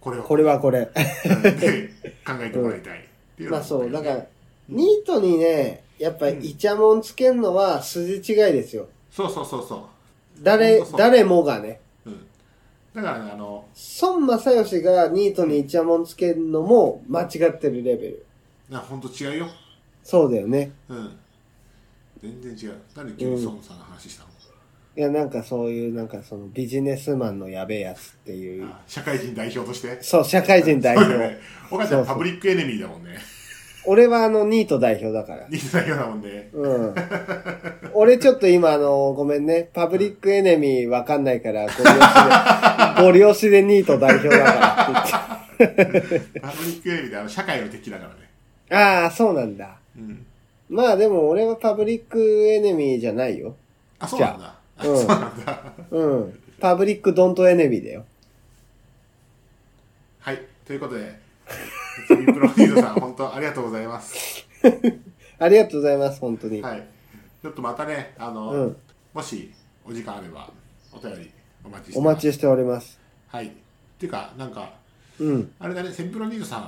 これをこれはこれ。うんで考えてもらいたいっていうのまはあそう、だから、うんニートにね、やっぱイチャモンつけるのは筋違いですよ。そうそうそうそ誰ほんと、そう誰もがね。う、うん、だからねあの孫正義がニートにイチャモンつけるのも間違ってるレベル。なほんと違うよ、そうだよね。うん、全然違うなんで急に孫さんの話したの、いや、なんかそういう、なんかそのビジネスマンのやべえやつっていう。あ社会人代表としてそう、社会人代そうだよ表ね。お母ちゃそうそうんパブリックエネミーだもんね俺はあの、ニート代表だから。人代表だもんねうん。俺ちょっと今あの、ごめんね。パブリックエネミーわかんないから、ご利用 しで、ご利用しでニート代表だからって言って。パブリックエネミーってあの社会の敵だからねああ、そうなんだ。うんまあでも俺はパブリックエネミーじゃないよ。あそうなんだあうんそうなんだうん。パブリックドントエネミーだよ。はいということでセミプロニードさん本当ありがとうございますありがとうございます、本当に。はいちょっとまたねあの、うん。もしお時間あればお便りお待ちしておます待ちしております。はいっていうかなんかうん。あれだねセンプロニードさ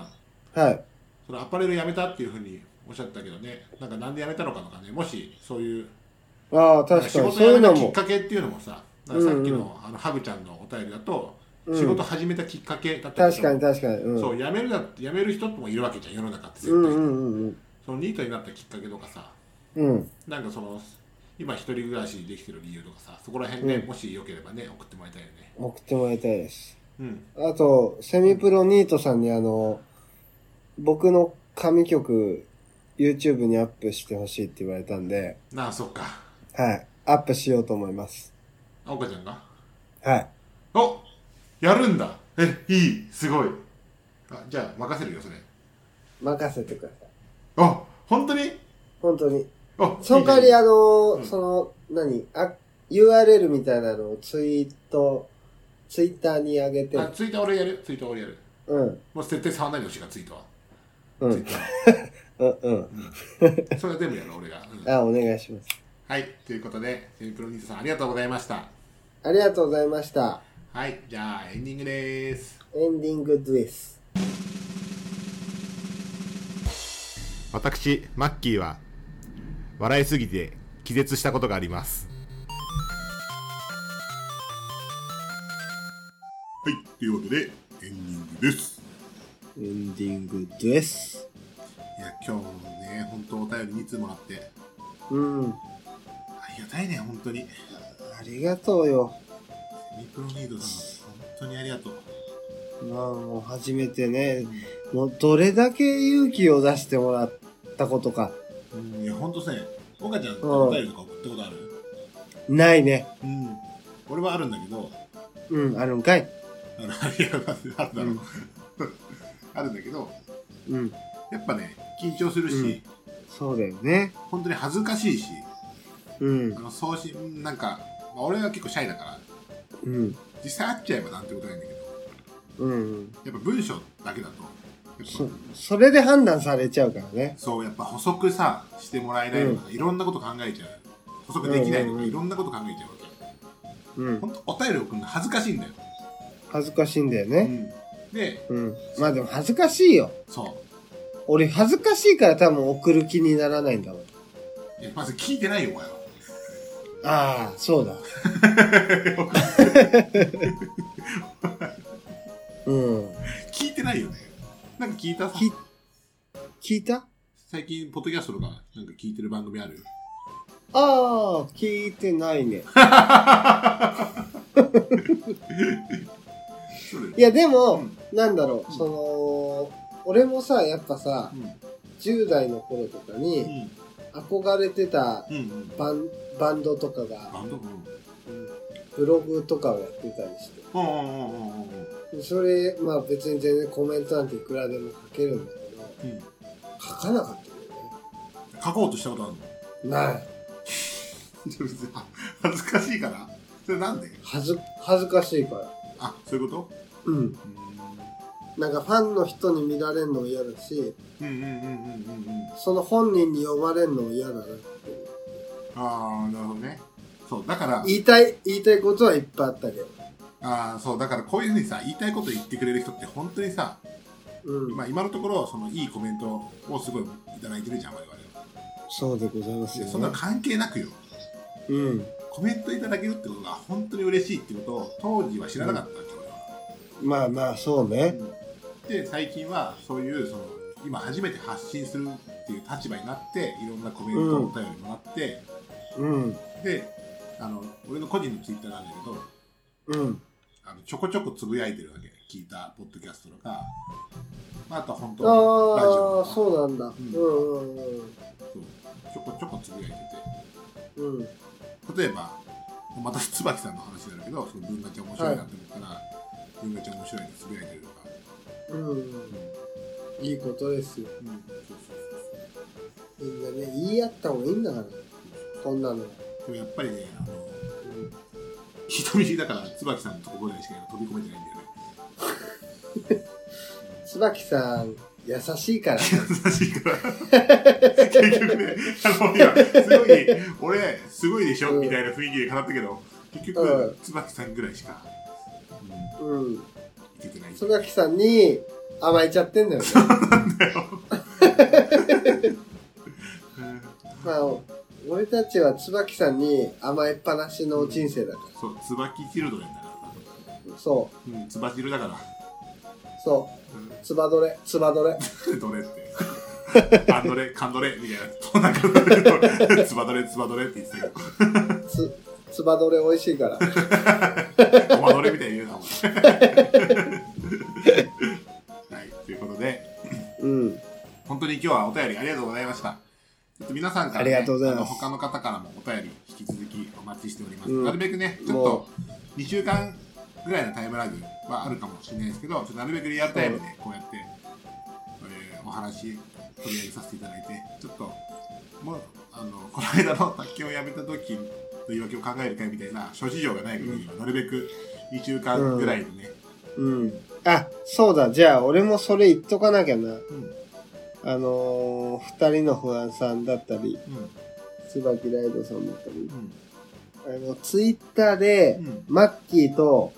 んはい。そのアパレルやめたっていうふうにおっしゃったけどねなんかなんでやめたのかとかねもしそういうああ、なんか確かに。仕そう事い辞めうたのきっも。かけっていうのもさなんかさっきの,、うんうあのハグちゃんのお便りだと、うん仕事始めたきっかけだったけ確どかに確かに。うん。そう辞めるだ辞める人もいるわけじゃん世の中って絶対、うんうんそのニートになったきっかけとかさうんうん。うん。なんかその今一人暮らしできてる理由とかさそこら辺ね、うんもしよければね送ってもらいたいよね送ってもらいたいです。うんあと、セミプロニートさんにあの、僕の神曲、YouTube にアップしてほしいって言われたんで、なあそっかはい。アップしようと思います。あおかちゃんがはい。おやるんだえいいすごいあじゃあ任せるよそれ任せてください。あ本当に本当に。あその代わり、やあの、うんその、何あ、URL みたいなのをツイート、ツイッターに上げて、あツイッター俺やるツイッター俺やるうん、もう絶対触んないでほしいからツイートは、うんツイッターうん、うん。はそれは全部やる俺が、うんあ、お願いします。はいということでセミプロニートさんありがとうございましたありがとうございました。はいじゃあエンディングですエンディングです。私マッキーは笑いすぎて気絶したことがありますはいということでエンディングですエンディングです。いや今日ね本当お便り2通もらってうん。ありがたいね本当にありがとうよ。ミクロニードさん本当にありがとうまあもう初めてね、もうどれだけ勇気を出してもらったことか。うんいや本当ね岡ちゃんお便りとか送ったことあるないね。うん。俺はあるんだけど、うん、あるんかい。あの、いや、まああるだろう。 あるんだけど、うん。やっぱね、緊張するし、うんそうだよね。本当に恥ずかしいし、うんあ。の、送信、なんか、まあ、俺は結構シャイだから、うん。実際会っちゃえばなんてことないんだけど、うん。やっぱ文章だけだと、やっそぱ、それで判断されちゃうからね。そう、やっぱ補足さ、してもらえないとか、いろんなこと考えちゃう。補足できないとうか、んうんうんいろんなこと考えちゃうわけ。うん。本当お便り送るの恥ずかしいんだよ。恥ずかしいんだようね。ん。で、うん。まあでも恥ずかしいよ。そ俺恥ずかしいから多分送る気にならないんだもん。う。いやまず聞いてないよ、お前は。ああ、そう だ。うん。聞いてないよね。なんか聞いたさ、き、聞いた最近、ポッドキャストとか、なんか聞いてる番組あるああ、聞いてないね。そういだよ。やでも、うんなんだろう、その、俺もさ、やっぱさう、ん。 10代の頃とかうにん。憧れてたうん。うん。バンバンドとかが、バンドうん。うんブログとかをやってたりして。うんうんうんうんうんでそれ、まあ別に全然コメントなんていくらでも書けるんだけど、うん。書かなかったよ書こうとしたことあるのね。ない。それ別に恥ずかしいからそれなんで恥ず、恥ずかしいから。あ、そういうことうん。うなんかファンの人に見られるのも嫌だし、ーんうんうんうんうんうんうん。その本人に読まれるのも嫌だな。ああ、なるほどね。そう、だから、言いたい、言いたいことはいっぱいあったけど。ああ、そう、だからこういうふうにさ、言いたいこと言ってくれる人って本当にさ、うん。まあ今のところ、そのいいコメントをすごいいただいてるじゃん、我々は。そうでございますでそんなの関係なくよ。うん。コメントいただけるってことが本当に嬉しいってことを当時は知らなかったわけ、俺は。まあまあ、そうね。で最近はそういうその今初めて発信するっていう立場になっていろんなコメントうんお便りもらって、うん。であの俺の個人のツイッターなんだけどうん。あのちょこちょこつぶやいてるわけ聞いたポッドキャストとか、まあ、あとは本当ラジあオあ、とかそうなんだ。んうんうんうんそうちょこちょこつぶやいてうん。うん。て例えばまた椿さんの話になるけどその文化ちゃん面白いなって思ったら、文化ちゃん面白いってつぶやいてるとか、うん。いいことですよ。うんうんそうそうそうそうみんなね、言い合った方がいいんだから。こんなの。でもやっぱりねあの人見知りだから椿さんのとこぐらいしか飛び込めてないんだよね 椿さん、優 しいからね。優しいから結局ねあのいやすごい俺すごいでしょ、うんみたいな雰囲気で語ったけど結局、うん椿さんぐらいしか、うん、いうん。けてない椿さんに甘えちゃってんだよね。うん まあ、俺たちは椿さんに甘えっぱなしの人生だかそう椿チルドレンだからら。そさうん椿チルだからう、そうんう、つばどれ、つばどれ。どれってアンドレカンドレみたいなそんな感じでつばどれつばどれって言ってたけつ、つばどれ美味しいから。どごまどれみたいに言うなお前 はいということでうん。本当に今日はお便りありがとうございました。ちょっと皆さんから、ね、ありがとうございますあの他の方からもお便り引き続きお待ちしております。うんなるべくね、ちょっと2週間ぐらいのタイムラグはあるかもしれないですけど、ちょっとなるべくリアルタイムでこうやって、えーお話取り上げさせていただいて、ちょっと、もう、あの、この間の卓球をやめた時の言い訳を考える会みたいな諸事情がない限りは、なるべく2週間ぐらいのね、うん。あ、そうだ、じゃあ俺もそれ言っとかなきゃな。うん、あのー、二人の不安さんだったり、うん、椿ライドさんだったりう、ん、あの、ツイッターで、うんマッキーと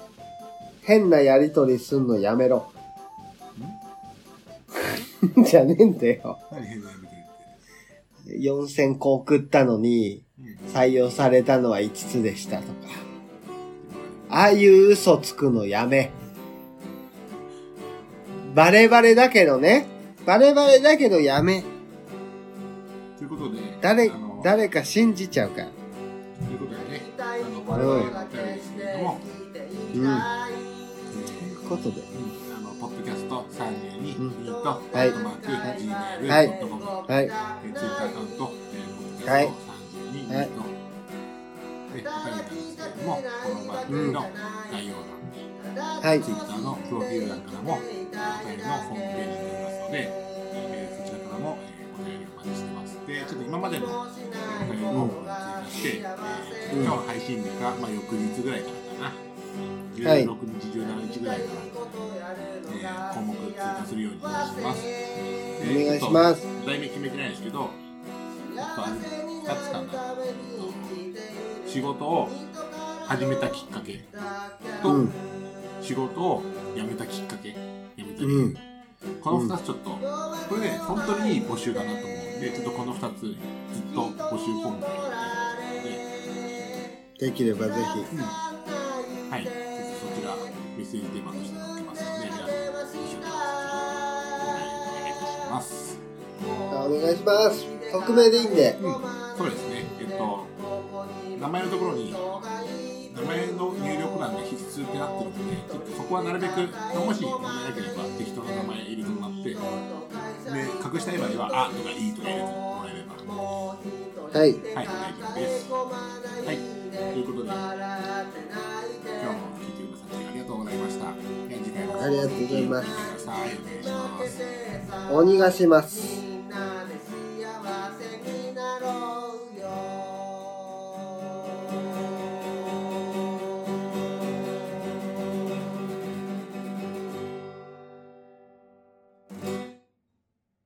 変なやりとりすんのやめろ。 じゃねえんだよ。何変なやめてるって。 4000個送ったのに、うん採用されたのは5つでしたとか。ああいう嘘つくのやめ。バレバレだけどね。バレバレだけどやめ。ということで、誰あの、誰か信じちゃうから。ということでね、あの、我うん々のお便りですけれども、うん。ということで。うんあの、ポッドキャスト32に、うんうん、と、ははいマーク、Gmail、はい .com、はい。えー Twitter アカウント、えー、ポッドキャスト32、はと、いで、お便りの概要欄、はい Twitter のプロフィール欄からも、お便りのホームページになりますので、えーそちらからも、えーお便りお待ちしてます。で、ちょっと今までのお便りの方について、えー今日配信日か、まあ、翌日ぐらいからかな。はい16日、17日ぐらいから、えー項目追加するようにお願いします。お願いえーしますちょっと題名決めてないんですけど、えっとあの二つかな。えっと仕事を始めたきっかけと、うん仕事を辞めたきっかけ、辞めた理由うんこの2つちょっと、これね、本当にいい募集だなと思うんで、ちょっとこの2つ、ずっと募集フォームでやっていくので、できればぜうんはい、ちょっとそちら、メッセージテーマとして載ってますので、皆さん、ご視聴くだはい、お願いいたします。ひお願いします匿名でいいんでうん、そうですね、えっと、名前のところに、名前の入力欄が必須ってなってるので、ちょっとそこはなるべく、もし問題なければ、適当な名前入れてもらって、で、隠したい場合は、あとかいいとか入れてもらえれば。はいはい、大丈夫です。はい、ということで、今日も聞いてくださってありがとうございました。では次回もありがとうございます聞いてください。お願いします。鬼がします